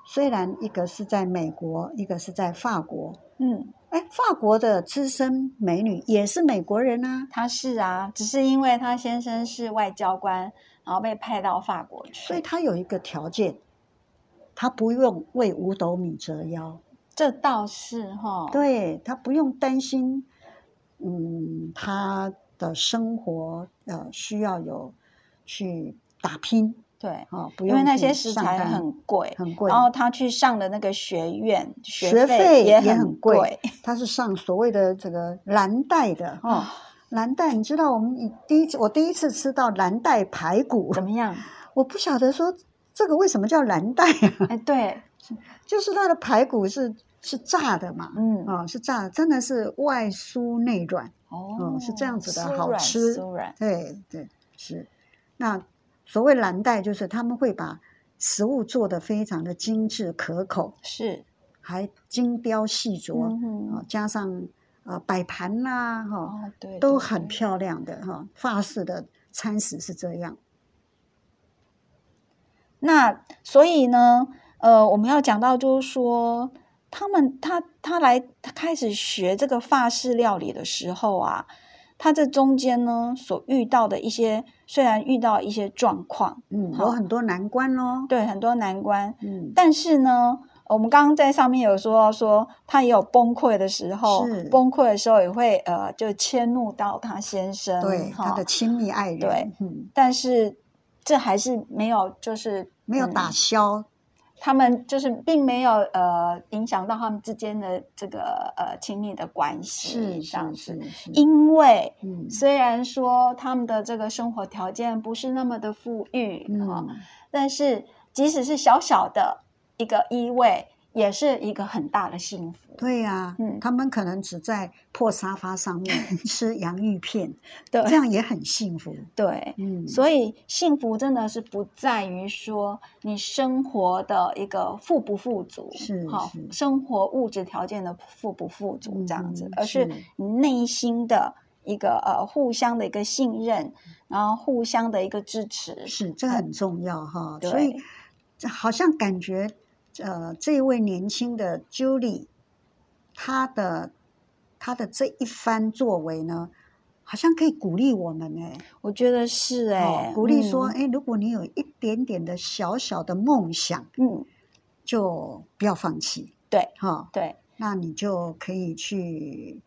[SPEAKER 2] 虽然一个是在美国，一个是在法国，
[SPEAKER 3] 嗯，
[SPEAKER 2] 哎，法国的资深美女也是美国人啊，
[SPEAKER 3] 他是啊，只是因为他先生是外交官，然后被派到法国去，
[SPEAKER 2] 所以他有一个条件，他不用为五斗米折腰，
[SPEAKER 3] 这倒是哈，，
[SPEAKER 2] 对他不用担心，嗯，他的生活呃需要有去打拼
[SPEAKER 3] 对，
[SPEAKER 2] 啊、不
[SPEAKER 3] 因
[SPEAKER 2] 用
[SPEAKER 3] 为那
[SPEAKER 2] 去
[SPEAKER 3] 些食
[SPEAKER 2] 上
[SPEAKER 3] 材
[SPEAKER 2] 班
[SPEAKER 3] 很贵，
[SPEAKER 2] 很贵，
[SPEAKER 3] 然后他去上的那个学院，
[SPEAKER 2] 学
[SPEAKER 3] 费
[SPEAKER 2] 也
[SPEAKER 3] 很
[SPEAKER 2] 很贵，他是上所谓的这个蓝带的 哦。蓝带，你知道我们以第一次我第一次吃到蓝带排骨
[SPEAKER 3] 怎，么 样？
[SPEAKER 2] 我不晓得说这个为什么叫蓝带啊？
[SPEAKER 3] 哎，对，
[SPEAKER 2] 就是它的排骨是是炸的嘛，
[SPEAKER 3] 嗯，
[SPEAKER 2] 啊、是炸，真的是外酥内软。
[SPEAKER 3] 哦
[SPEAKER 2] 嗯是这样子的
[SPEAKER 3] 酥
[SPEAKER 2] 好
[SPEAKER 3] 软
[SPEAKER 2] 吃
[SPEAKER 3] 酥软，
[SPEAKER 2] 对对，是。那所谓蓝带，就是他们会把食物做得非常的精致可口，
[SPEAKER 3] 是，
[SPEAKER 2] 还精雕细琢，啊、
[SPEAKER 3] 嗯哼，
[SPEAKER 2] 加上呃摆盘啦，哈、
[SPEAKER 3] 哦，对，
[SPEAKER 2] 都
[SPEAKER 3] 对
[SPEAKER 2] 很
[SPEAKER 3] 对
[SPEAKER 2] 漂亮的哈、法式的餐食是这样。
[SPEAKER 3] 那所以呢，呃，我们要讲到就是说，他们他他来他开始学这个法式料理的时候啊，他这中间呢所遇到的一些，虽然遇到一些状况，
[SPEAKER 2] 嗯，有
[SPEAKER 3] 好
[SPEAKER 2] 很多难关咯。
[SPEAKER 3] 对很多难关，
[SPEAKER 2] 嗯，
[SPEAKER 3] 但是呢。我们刚刚在上面有说到说，他也有崩溃的时候
[SPEAKER 2] 是，
[SPEAKER 3] 崩溃的时候也会呃，就迁怒到他先生，
[SPEAKER 2] 对，他
[SPEAKER 3] 哈
[SPEAKER 2] 的亲密爱人，
[SPEAKER 3] 对，
[SPEAKER 2] 嗯，
[SPEAKER 3] 但是这还是没有，就是
[SPEAKER 2] 没有
[SPEAKER 3] 嗯
[SPEAKER 2] 打消、
[SPEAKER 3] 他们就是并没有呃影响到他们之间的这个呃亲密的关系，
[SPEAKER 2] 是
[SPEAKER 3] 这样子。
[SPEAKER 2] 是是是
[SPEAKER 3] 因为
[SPEAKER 2] 嗯
[SPEAKER 3] 虽然说他们的这个生活条件不是那么的富裕啊、
[SPEAKER 2] 嗯，
[SPEAKER 3] 但是即使是小小的一个依偎，也是一个很大的幸福。
[SPEAKER 2] 对呀、
[SPEAKER 3] 嗯
[SPEAKER 2] 他们可能只在破沙发上 面吃洋芋片，
[SPEAKER 3] 对
[SPEAKER 2] 这样也很幸福。
[SPEAKER 3] 对，
[SPEAKER 2] 嗯，
[SPEAKER 3] 所以幸福真的是不在于说你生活的一个富不富足，
[SPEAKER 2] 是
[SPEAKER 3] 好
[SPEAKER 2] 是
[SPEAKER 3] 生活物质条件的富不富足这样子，
[SPEAKER 2] 嗯
[SPEAKER 3] 而是
[SPEAKER 2] 是
[SPEAKER 3] 你内心的一个呃互相的一个信任，然后互相的一个支持。
[SPEAKER 2] 是这很重要哈。所以
[SPEAKER 3] 嗯对，
[SPEAKER 2] 这好像感觉，呃，这位年轻的 Julie，她的她的这一番作为呢，好像可以鼓励我们哎、
[SPEAKER 3] 我觉得是
[SPEAKER 2] 哦
[SPEAKER 3] 哎、
[SPEAKER 2] 鼓励说，
[SPEAKER 3] 嗯
[SPEAKER 2] 哎、如果你有一点点的小小的梦想，
[SPEAKER 3] 嗯，
[SPEAKER 2] 就不要放弃，
[SPEAKER 3] 对
[SPEAKER 2] 哈、
[SPEAKER 3] 对，
[SPEAKER 2] 那你就可以去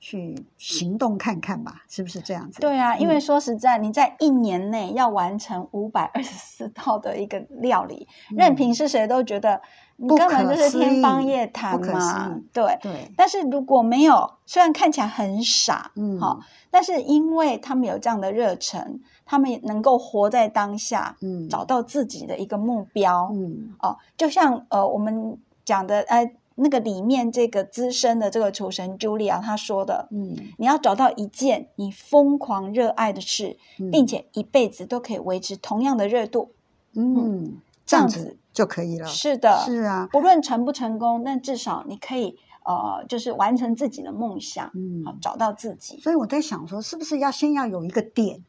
[SPEAKER 2] 去行动看看吧，是不是这样子？
[SPEAKER 3] 对啊，因为
[SPEAKER 2] 嗯
[SPEAKER 3] 说实在，你在一年内要完成五百二十四 道的一个料理，
[SPEAKER 2] 嗯
[SPEAKER 3] 任凭是谁都觉得你
[SPEAKER 2] 不
[SPEAKER 3] 根本
[SPEAKER 2] 可
[SPEAKER 3] 就是
[SPEAKER 2] 思
[SPEAKER 3] 天方
[SPEAKER 2] 议
[SPEAKER 3] 夜
[SPEAKER 2] 不
[SPEAKER 3] 谭
[SPEAKER 2] 可
[SPEAKER 3] 嘛
[SPEAKER 2] 思议。
[SPEAKER 3] 对，
[SPEAKER 2] 对，
[SPEAKER 3] 但是如果没有，虽然看起来很傻，
[SPEAKER 2] 嗯，
[SPEAKER 3] 好，但是因为他们有这样的热忱，他们也能够活在当下，
[SPEAKER 2] 嗯，
[SPEAKER 3] 找到自己的一个目标。
[SPEAKER 2] 嗯
[SPEAKER 3] 哦，就像呃我们讲的，呃，那个里面这个资深的这个厨神 Julia 她说的。
[SPEAKER 2] 嗯，
[SPEAKER 3] 你要找到一件你疯狂热爱的事，
[SPEAKER 2] 嗯
[SPEAKER 3] 并且一辈子都可以维持同样的热度。
[SPEAKER 2] 嗯，这样
[SPEAKER 3] 这样
[SPEAKER 2] 子
[SPEAKER 3] 子
[SPEAKER 2] 就可以了。
[SPEAKER 3] 是的，
[SPEAKER 2] 是啊，
[SPEAKER 3] 不论成不成功，但至少你可以呃，就是完成自己的梦想，好
[SPEAKER 2] 嗯，
[SPEAKER 3] 找到自己。
[SPEAKER 2] 所以我在想说，是不是要先要有一个点，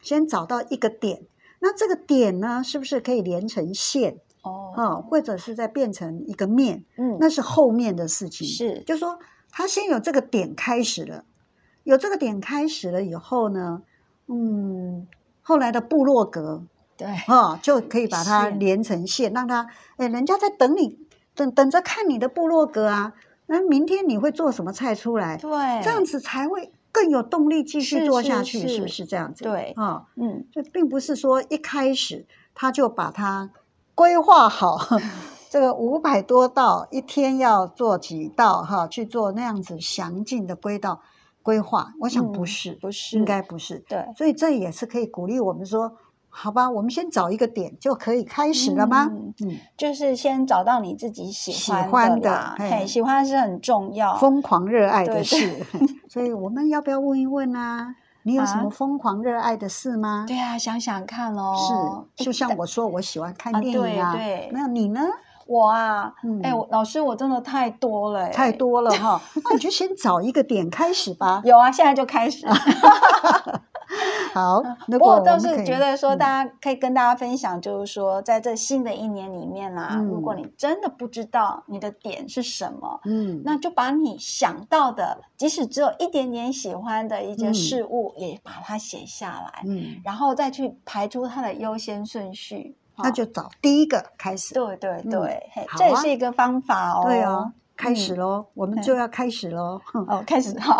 [SPEAKER 2] 先找到一个点，那这个点呢，是不是可以连成线
[SPEAKER 3] 哦
[SPEAKER 2] 啊、或者是再变成一个面？
[SPEAKER 3] 嗯，
[SPEAKER 2] 那是后面的事情。
[SPEAKER 3] 是
[SPEAKER 2] 就说他先有这个点开始了，有这个点开始了以后呢，嗯，后来的部落格
[SPEAKER 3] 对，
[SPEAKER 2] 啊、就可以把它
[SPEAKER 3] 是
[SPEAKER 2] 连成线，让它哎，人家在等你，等等着看你的部落格啊，那明天你会做什么菜出来？
[SPEAKER 3] 对，
[SPEAKER 2] 这样子才会更有动力继续
[SPEAKER 3] 是
[SPEAKER 2] 做
[SPEAKER 3] 是
[SPEAKER 2] 下去，是不
[SPEAKER 3] 是
[SPEAKER 2] 是这样子？
[SPEAKER 3] 对
[SPEAKER 2] 啊、
[SPEAKER 3] 嗯，
[SPEAKER 2] 这并不是说一开始他就把它规划 好，这个五百多道一天要做几道哈，去做那样子详尽的规道规划。我想不
[SPEAKER 3] 嗯
[SPEAKER 2] 是，
[SPEAKER 3] 不是
[SPEAKER 2] 应该不是。
[SPEAKER 3] 对，
[SPEAKER 2] 所以这也是可以鼓励我们说，好吧，我们先找一个点就可以开始了吗？
[SPEAKER 3] 嗯
[SPEAKER 2] 嗯，
[SPEAKER 3] 就是先找到你自己喜
[SPEAKER 2] 喜
[SPEAKER 3] 欢
[SPEAKER 2] 欢的
[SPEAKER 3] 啦
[SPEAKER 2] 嘿
[SPEAKER 3] 嘿，喜欢是很重要，
[SPEAKER 2] 疯狂热爱
[SPEAKER 3] 对
[SPEAKER 2] 的
[SPEAKER 3] 对
[SPEAKER 2] 事， 所以我们要不要问一问啊？你有什
[SPEAKER 3] 啊
[SPEAKER 2] 么疯狂热爱的事吗？
[SPEAKER 3] 对啊，想想看哦，
[SPEAKER 2] 是，就像我说，我喜欢看
[SPEAKER 3] 啊
[SPEAKER 2] 电影啊。
[SPEAKER 3] 对对
[SPEAKER 2] 那你呢？
[SPEAKER 3] 我啊，
[SPEAKER 2] 嗯
[SPEAKER 3] 哎、我老师我真的太多了、
[SPEAKER 2] 太。多了哈， 那你就先找一个点开始吧。
[SPEAKER 3] 有啊，现在就 开始。
[SPEAKER 2] 好，
[SPEAKER 3] 嗯不
[SPEAKER 2] 如
[SPEAKER 3] 过
[SPEAKER 2] 果
[SPEAKER 3] 我倒
[SPEAKER 2] 们可
[SPEAKER 3] 是
[SPEAKER 2] 以
[SPEAKER 3] 觉得说，
[SPEAKER 2] 嗯
[SPEAKER 3] 大家可以跟大家分享，就是说，在这新的一年里面啦、
[SPEAKER 2] 嗯
[SPEAKER 3] 如果你真的不知道你的点是什么，
[SPEAKER 2] 嗯，
[SPEAKER 3] 那就把你想到的，即使只有一点点喜欢的一些
[SPEAKER 2] 嗯
[SPEAKER 3] 事物，也把它写下来、
[SPEAKER 2] 嗯，
[SPEAKER 3] 然后再去排出它的优先顺序。
[SPEAKER 2] 那
[SPEAKER 3] 哦
[SPEAKER 2] 就找第一个开始。
[SPEAKER 3] 对对对，嘿
[SPEAKER 2] 好
[SPEAKER 3] 这也
[SPEAKER 2] 啊
[SPEAKER 3] 是一个方法哦。
[SPEAKER 2] 对啊，开始
[SPEAKER 3] 嗯
[SPEAKER 2] 喽，我们
[SPEAKER 3] 对
[SPEAKER 2] 就要开始喽，哼
[SPEAKER 3] 哦，开
[SPEAKER 2] 嗯
[SPEAKER 3] 始好。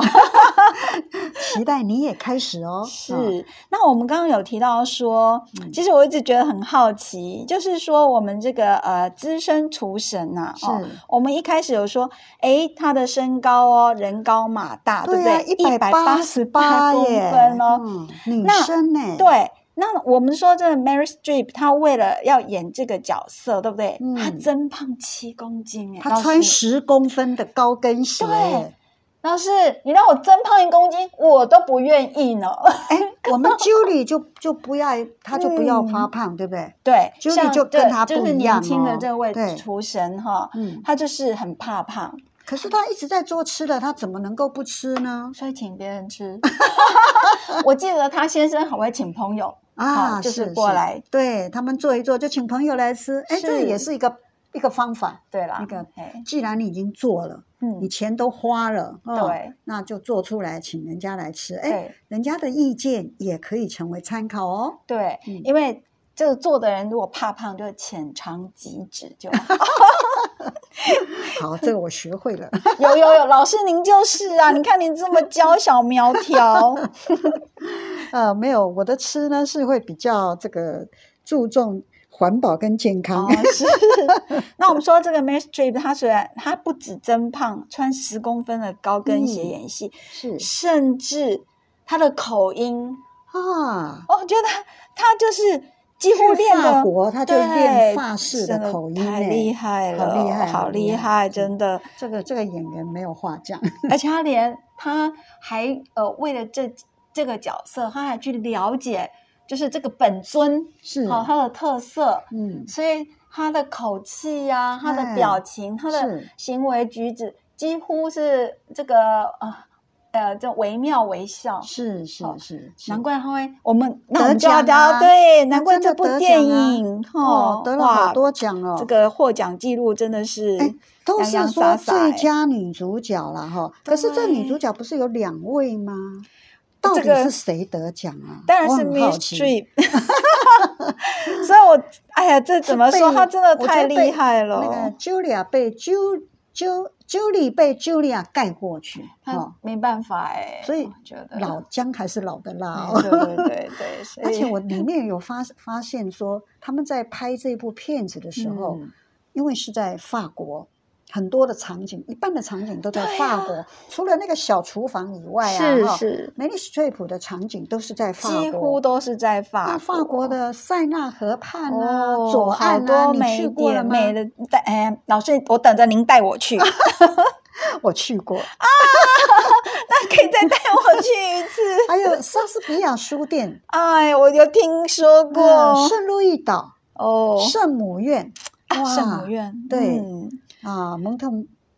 [SPEAKER 2] 期待你也开始哦。 嗯
[SPEAKER 3] 是，那我们刚刚有提到说，
[SPEAKER 2] 嗯
[SPEAKER 3] 其实我一直觉得很好奇，就是说我们这个呃资深厨神呐、
[SPEAKER 2] 是
[SPEAKER 3] 哦，我们一开始有说，诶，他的身高哦，人高马大，对
[SPEAKER 2] 对
[SPEAKER 3] 不
[SPEAKER 2] 啊，
[SPEAKER 3] 对？
[SPEAKER 2] 一百八
[SPEAKER 3] 八
[SPEAKER 2] 十
[SPEAKER 3] 八
[SPEAKER 2] 八
[SPEAKER 3] 公
[SPEAKER 2] 耶，
[SPEAKER 3] 分哦，
[SPEAKER 2] 嗯，女
[SPEAKER 3] 那
[SPEAKER 2] 生呢？，
[SPEAKER 3] 对。那我们说这个 Mary Streep，她为了要演这个角色，对不对？她
[SPEAKER 2] 嗯
[SPEAKER 3] 增胖七公斤哎，
[SPEAKER 2] 她
[SPEAKER 3] 老
[SPEAKER 2] 穿
[SPEAKER 3] 师
[SPEAKER 2] 十公分的高跟 鞋。哎
[SPEAKER 3] 对老师，你让我增胖一公斤，我都不愿意呢。
[SPEAKER 2] 哎，我们 Julie 就就不要，她就不要发
[SPEAKER 3] 嗯
[SPEAKER 2] 胖，对不对？
[SPEAKER 3] 对，
[SPEAKER 2] Julie
[SPEAKER 3] 像
[SPEAKER 2] 就
[SPEAKER 3] 这
[SPEAKER 2] 跟她
[SPEAKER 3] 就
[SPEAKER 2] 不
[SPEAKER 3] 是
[SPEAKER 2] 一
[SPEAKER 3] 年
[SPEAKER 2] 样
[SPEAKER 3] 轻的
[SPEAKER 2] 哦
[SPEAKER 3] 这位
[SPEAKER 2] 对
[SPEAKER 3] 厨神哈，
[SPEAKER 2] 嗯，
[SPEAKER 3] 他就是很怕胖，
[SPEAKER 2] 可是她一直在做吃的，她怎么能够不吃呢？
[SPEAKER 3] 所以请别人吃。 我记得他先生很会请朋友，
[SPEAKER 2] 啊，
[SPEAKER 3] 好就是过来
[SPEAKER 2] 对他们做一做，就请朋友来吃，哎，这
[SPEAKER 3] 是
[SPEAKER 2] 也是一个一个方法。
[SPEAKER 3] 对啦，
[SPEAKER 2] 那个
[SPEAKER 3] 哎，
[SPEAKER 2] 既然你已经做了，你
[SPEAKER 3] 嗯，
[SPEAKER 2] 钱都花了，哦、
[SPEAKER 3] 对，
[SPEAKER 2] 那就做出来，请人家来吃，哎，
[SPEAKER 3] 对
[SPEAKER 2] 人家的意见也可以成为参考哦。
[SPEAKER 3] 对，
[SPEAKER 2] 嗯
[SPEAKER 3] 因为这个做的人如果怕胖，就浅尝即止就好。
[SPEAKER 2] 好，这个我学会了。
[SPEAKER 3] 有有有，老师您就是啊，你看您这么娇小苗 条，哦
[SPEAKER 2] 呃，没有，我的吃呢是会比较这个注重环保跟健康。
[SPEAKER 3] 哦，是。那我们说这个 Mary Streep，她虽然她不止增胖，穿十公分的高跟鞋
[SPEAKER 2] 嗯
[SPEAKER 3] 演戏，
[SPEAKER 2] 是
[SPEAKER 3] 甚至她的口音，哦
[SPEAKER 2] 啊，
[SPEAKER 3] 我觉得她她就是几乎
[SPEAKER 2] 去
[SPEAKER 3] 练
[SPEAKER 2] 法
[SPEAKER 3] 的。
[SPEAKER 2] 国他就
[SPEAKER 3] 对
[SPEAKER 2] 练法式
[SPEAKER 3] 真
[SPEAKER 2] 的口音
[SPEAKER 3] 太
[SPEAKER 2] 呢
[SPEAKER 3] 厉害
[SPEAKER 2] 好
[SPEAKER 3] 了，
[SPEAKER 2] 厉害，
[SPEAKER 3] 好厉害，
[SPEAKER 2] 真的。
[SPEAKER 3] 真的！
[SPEAKER 2] 这个这个演员没有话讲，
[SPEAKER 3] 而且她连她还呃，为了这这个角色，她还去了解，就是这个本尊，
[SPEAKER 2] 是
[SPEAKER 3] 好、她的特色，
[SPEAKER 2] 嗯，
[SPEAKER 3] 所以她的口气呀、她的
[SPEAKER 2] 哎
[SPEAKER 3] 表情，她的
[SPEAKER 2] 是
[SPEAKER 3] 行为举止，几乎是这个呃呃，这惟妙惟肖。
[SPEAKER 2] 是是
[SPEAKER 3] 好
[SPEAKER 2] 是，是
[SPEAKER 3] 难怪他会，我们那我们
[SPEAKER 2] 得
[SPEAKER 3] 就要
[SPEAKER 2] 奖啊
[SPEAKER 3] 聊对，
[SPEAKER 2] 那
[SPEAKER 3] 难怪
[SPEAKER 2] 真的
[SPEAKER 3] 这部
[SPEAKER 2] 得
[SPEAKER 3] 电
[SPEAKER 2] 奖啊
[SPEAKER 3] 影
[SPEAKER 2] 哦，得了
[SPEAKER 3] 哇
[SPEAKER 2] 好多奖哦，
[SPEAKER 3] 这个获奖记录真的是
[SPEAKER 2] 哎都
[SPEAKER 3] 洋
[SPEAKER 2] 是
[SPEAKER 3] 洋
[SPEAKER 2] 说
[SPEAKER 3] 洒洒
[SPEAKER 2] 最
[SPEAKER 3] 哎
[SPEAKER 2] 佳女主角啦哈，可是这女主
[SPEAKER 3] 对
[SPEAKER 2] 角不是有两位吗？到
[SPEAKER 3] 这
[SPEAKER 2] 底
[SPEAKER 3] 个
[SPEAKER 2] 是谁得奖啊？
[SPEAKER 3] 当然
[SPEAKER 2] 我
[SPEAKER 3] 是
[SPEAKER 2] 很
[SPEAKER 3] Miss
[SPEAKER 2] 好奇
[SPEAKER 3] Streep。所以我，哎呀，这怎么
[SPEAKER 2] 被
[SPEAKER 3] 说？他真的
[SPEAKER 2] 我觉
[SPEAKER 3] 太
[SPEAKER 2] 得
[SPEAKER 3] 厉
[SPEAKER 2] 被
[SPEAKER 3] 害了。
[SPEAKER 2] 那个 Julia 被 Ju Ju Julie 被 Julia 盖过去
[SPEAKER 3] 他
[SPEAKER 2] 哦，
[SPEAKER 3] 没办法哎、
[SPEAKER 2] 所以
[SPEAKER 3] 我觉得
[SPEAKER 2] 老姜还是老的辣
[SPEAKER 3] 哎
[SPEAKER 2] 哦。
[SPEAKER 3] 对对对对，所
[SPEAKER 2] 而且
[SPEAKER 3] 以
[SPEAKER 2] 我里面有发发现说，他们在拍这部片子的时候，
[SPEAKER 3] 嗯
[SPEAKER 2] 因为是在法国，很多的场景，一半的场景都在
[SPEAKER 3] 对啊
[SPEAKER 2] 法国，除了那个小厨房以外啊，
[SPEAKER 3] 是
[SPEAKER 2] 哈
[SPEAKER 3] 是，
[SPEAKER 2] 梅丽史翠普的场景都是在法国，
[SPEAKER 3] 几乎都是在法
[SPEAKER 2] 那法国的塞纳河畔啊、
[SPEAKER 3] 哦，
[SPEAKER 2] 左
[SPEAKER 3] 好
[SPEAKER 2] 岸啊，
[SPEAKER 3] 多
[SPEAKER 2] 你去
[SPEAKER 3] 美
[SPEAKER 2] 过了
[SPEAKER 3] 点
[SPEAKER 2] 吗？
[SPEAKER 3] 美的，带哎，老师，我等着您带 我去，那
[SPEAKER 2] 我去 过，
[SPEAKER 3] 可以再带我去一次。
[SPEAKER 2] 还有莎士比亚书店、
[SPEAKER 3] 哎，我有听说
[SPEAKER 2] 嗯
[SPEAKER 3] 过
[SPEAKER 2] 圣路易岛、
[SPEAKER 3] 哦，
[SPEAKER 2] 圣母院
[SPEAKER 3] 啊
[SPEAKER 2] 哇
[SPEAKER 3] 圣母院，
[SPEAKER 2] 对
[SPEAKER 3] 嗯
[SPEAKER 2] 啊、蒙特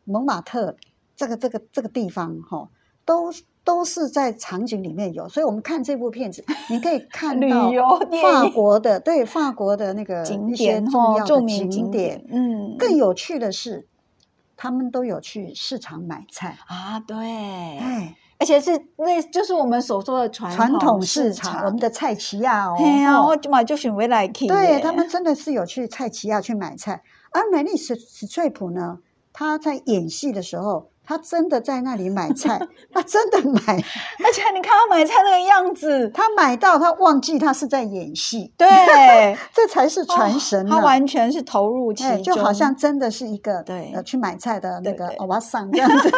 [SPEAKER 2] 蒙马特这个这个这个地方哈、都都是在场景里面有，所以我们看这部片子，你可以看
[SPEAKER 3] 旅
[SPEAKER 2] 到
[SPEAKER 3] 游电
[SPEAKER 2] 法
[SPEAKER 3] 影
[SPEAKER 2] 国的对法国的那个
[SPEAKER 3] 景
[SPEAKER 2] 一些
[SPEAKER 3] 点
[SPEAKER 2] 重
[SPEAKER 3] 哦
[SPEAKER 2] 要，
[SPEAKER 3] 著
[SPEAKER 2] 的
[SPEAKER 3] 名景
[SPEAKER 2] 点。，
[SPEAKER 3] 嗯，
[SPEAKER 2] 更有趣的是，他们都有去市场买菜，
[SPEAKER 3] 啊，对，
[SPEAKER 2] 哎，
[SPEAKER 3] 而且是那就是我们所说的传
[SPEAKER 2] 传统
[SPEAKER 3] 市
[SPEAKER 2] 市场，我们的菜奇亚哦，
[SPEAKER 3] 嘿呀，
[SPEAKER 2] 哦
[SPEAKER 3] 我就嘛就选回来去耶，
[SPEAKER 2] 对他们真的是有去菜奇亚去买菜，而美丽史史翠普呢，她在演戏的时候，她真的在那里买 菜，她真的买，
[SPEAKER 3] 而且你看他买菜那个样子，
[SPEAKER 2] 她买到她忘记她是在演戏，
[SPEAKER 3] 对，
[SPEAKER 2] 这才是 传
[SPEAKER 3] 哦
[SPEAKER 2] 神呢、
[SPEAKER 3] 他完全是投入其
[SPEAKER 2] 哎，
[SPEAKER 3] 中，
[SPEAKER 2] 就好像真的是一个
[SPEAKER 3] 对
[SPEAKER 2] 呃去买菜的那
[SPEAKER 3] 对
[SPEAKER 2] 个
[SPEAKER 3] 对
[SPEAKER 2] 欧巴桑这样 子，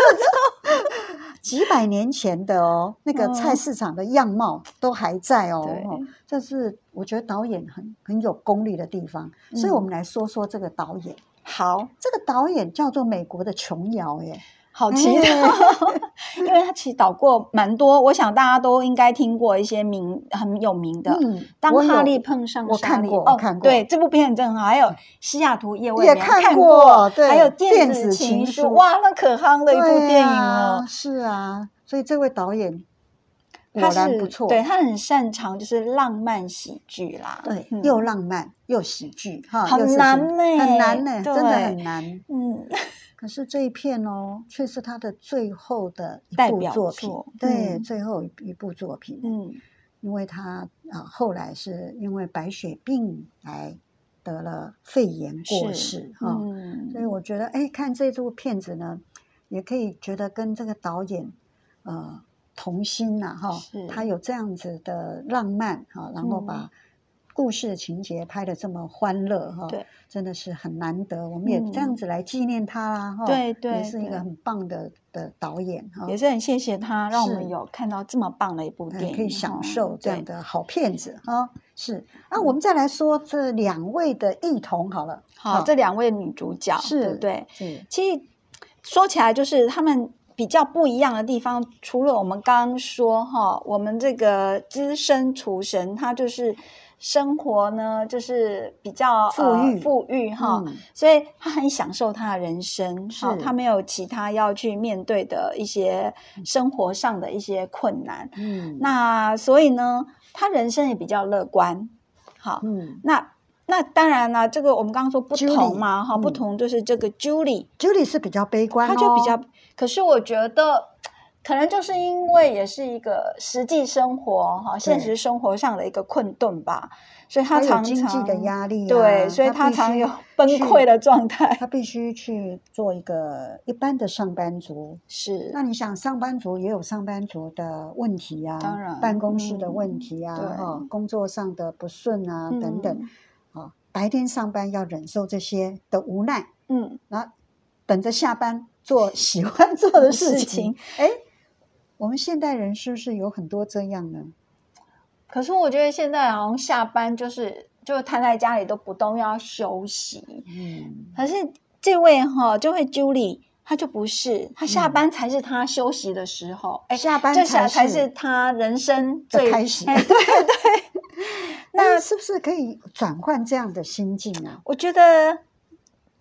[SPEAKER 2] 几百年前的哦，那个菜
[SPEAKER 3] 嗯
[SPEAKER 2] 市场的样貌都还在哦。
[SPEAKER 3] 对
[SPEAKER 2] 哦这是我觉得导演很很有功力的地方，所以我
[SPEAKER 3] 嗯
[SPEAKER 2] 们来说说这个导演。
[SPEAKER 3] 好
[SPEAKER 2] 这个导演叫做美国的琼瑶耶，
[SPEAKER 3] 好期待， 因为他其实导过蛮多，我想大家都应该听过一些名很有名的。
[SPEAKER 2] 嗯，
[SPEAKER 3] 当
[SPEAKER 2] 我有
[SPEAKER 3] 哈利碰上
[SPEAKER 2] 我
[SPEAKER 3] 莎
[SPEAKER 2] 看
[SPEAKER 3] 莉
[SPEAKER 2] 过我
[SPEAKER 3] 哦，
[SPEAKER 2] 看过
[SPEAKER 3] 对这部片真的很好，还有《西雅图夜未
[SPEAKER 2] 也
[SPEAKER 3] 眠》
[SPEAKER 2] 看
[SPEAKER 3] 看
[SPEAKER 2] 过对
[SPEAKER 3] 还有
[SPEAKER 2] 电
[SPEAKER 3] 电
[SPEAKER 2] 子
[SPEAKER 3] 子
[SPEAKER 2] 情
[SPEAKER 3] 情
[SPEAKER 2] 书
[SPEAKER 3] 书，哇，那可夯的一部
[SPEAKER 2] 对
[SPEAKER 3] 电影
[SPEAKER 2] 啊
[SPEAKER 3] 了。
[SPEAKER 2] 是啊，所以这位导演果
[SPEAKER 3] 他
[SPEAKER 2] 然
[SPEAKER 3] 是
[SPEAKER 2] 不错，
[SPEAKER 3] 对他很擅长就是浪漫喜剧啦，
[SPEAKER 2] 对
[SPEAKER 3] 嗯
[SPEAKER 2] 又浪漫又喜剧哈，
[SPEAKER 3] 很
[SPEAKER 2] 又是喜
[SPEAKER 3] 难呢
[SPEAKER 2] 很难呢，真的
[SPEAKER 3] 对
[SPEAKER 2] 很难。
[SPEAKER 3] 嗯，
[SPEAKER 2] 可是这一片哦，却是他的最后的一
[SPEAKER 3] 代
[SPEAKER 2] 部
[SPEAKER 3] 表
[SPEAKER 2] 作品
[SPEAKER 3] 作，
[SPEAKER 2] 对，
[SPEAKER 3] 嗯
[SPEAKER 2] 最后一一部作品，
[SPEAKER 3] 嗯，
[SPEAKER 2] 因为他啊、后来是因为白血病来得了肺炎过世哈。
[SPEAKER 3] 嗯，
[SPEAKER 2] 所以我觉得，哎，看这部片子呢，也可以觉得跟这个导演，呃，同心呐、哈
[SPEAKER 3] 是，
[SPEAKER 2] 他有这样子的浪漫哈、然后把
[SPEAKER 3] 嗯
[SPEAKER 2] 故事情节拍得这么欢乐哈、
[SPEAKER 3] 对，
[SPEAKER 2] 真的是很难得，我们也
[SPEAKER 3] 嗯
[SPEAKER 2] 这样子来纪念他啦哈、
[SPEAKER 3] 对对
[SPEAKER 2] 也是一个
[SPEAKER 3] 对
[SPEAKER 2] 很棒的的导演哈、
[SPEAKER 3] 也是很谢谢他，让我
[SPEAKER 2] 是
[SPEAKER 3] 们有看到这么棒的一部
[SPEAKER 2] 嗯
[SPEAKER 3] 电影，
[SPEAKER 2] 可以享受这样
[SPEAKER 3] 的。
[SPEAKER 2] 的好片子哈、是，
[SPEAKER 3] 嗯
[SPEAKER 2] 那、我们再来说这两位的异同好了，
[SPEAKER 3] 好，这两位女主角，
[SPEAKER 2] 是
[SPEAKER 3] 对不对？
[SPEAKER 2] 是
[SPEAKER 3] 其实说起来，就是他们比较不一样的地方，除了我们刚刚说哈，我们这个资深厨神，他就是生活呢，就是比较
[SPEAKER 2] 富
[SPEAKER 3] 呃
[SPEAKER 2] 裕
[SPEAKER 3] 富裕哈，
[SPEAKER 2] 嗯
[SPEAKER 3] 所以他很享受他的人生，
[SPEAKER 2] 是
[SPEAKER 3] 哈，他没有其他要去面对的一些生活上的一些困难。
[SPEAKER 2] 嗯
[SPEAKER 3] 那所以呢，他人生也比较乐观，好，
[SPEAKER 2] 嗯
[SPEAKER 3] 那那当然啦，这个我们刚刚说不
[SPEAKER 2] Julie，
[SPEAKER 3] 同嘛，哈，
[SPEAKER 2] 嗯
[SPEAKER 3] 不同就是这个 Julie，
[SPEAKER 2] ，Julie 是比较悲观、哦，
[SPEAKER 3] 她就比较，可是我觉得。可能就是因为也是一个实际生活哈，现实生活上的一个困顿吧，所以她
[SPEAKER 2] 他有
[SPEAKER 3] 常
[SPEAKER 2] 经济
[SPEAKER 3] 常
[SPEAKER 2] 的压力啊、
[SPEAKER 3] 对，所以
[SPEAKER 2] 他必
[SPEAKER 3] 她
[SPEAKER 2] 须
[SPEAKER 3] 常有崩
[SPEAKER 2] 去
[SPEAKER 3] 溃的状态。
[SPEAKER 2] 他必须去做一个一般的上班族。
[SPEAKER 3] 是，
[SPEAKER 2] 那你想，上班族也有上班族的问题啊，
[SPEAKER 3] 当然
[SPEAKER 2] 办公室的
[SPEAKER 3] 嗯
[SPEAKER 2] 问题啊，
[SPEAKER 3] 对
[SPEAKER 2] 哦工作上的不顺啊、等等
[SPEAKER 3] 嗯
[SPEAKER 2] 啊、哦白天上班要忍受这些的无奈，
[SPEAKER 3] 嗯，
[SPEAKER 2] 然后等着下班做喜 欢做的事
[SPEAKER 3] 事
[SPEAKER 2] 情。哎，我们现代人是不是有很多这样呢？
[SPEAKER 3] 可是我觉得现在好像下班就是就瘫在家里都不动，又要休息。
[SPEAKER 2] 嗯，
[SPEAKER 3] 可是这位哈、这位 Julie，她就不是，她下班才是她休息的时候，哎、
[SPEAKER 2] 嗯下班
[SPEAKER 3] 这
[SPEAKER 2] 才
[SPEAKER 3] 才才
[SPEAKER 2] 是
[SPEAKER 3] 是她人生
[SPEAKER 2] 的
[SPEAKER 3] 最
[SPEAKER 2] 开始
[SPEAKER 3] 哎对对，
[SPEAKER 2] 那是不是可以转换这样的心境啊？
[SPEAKER 3] 我觉得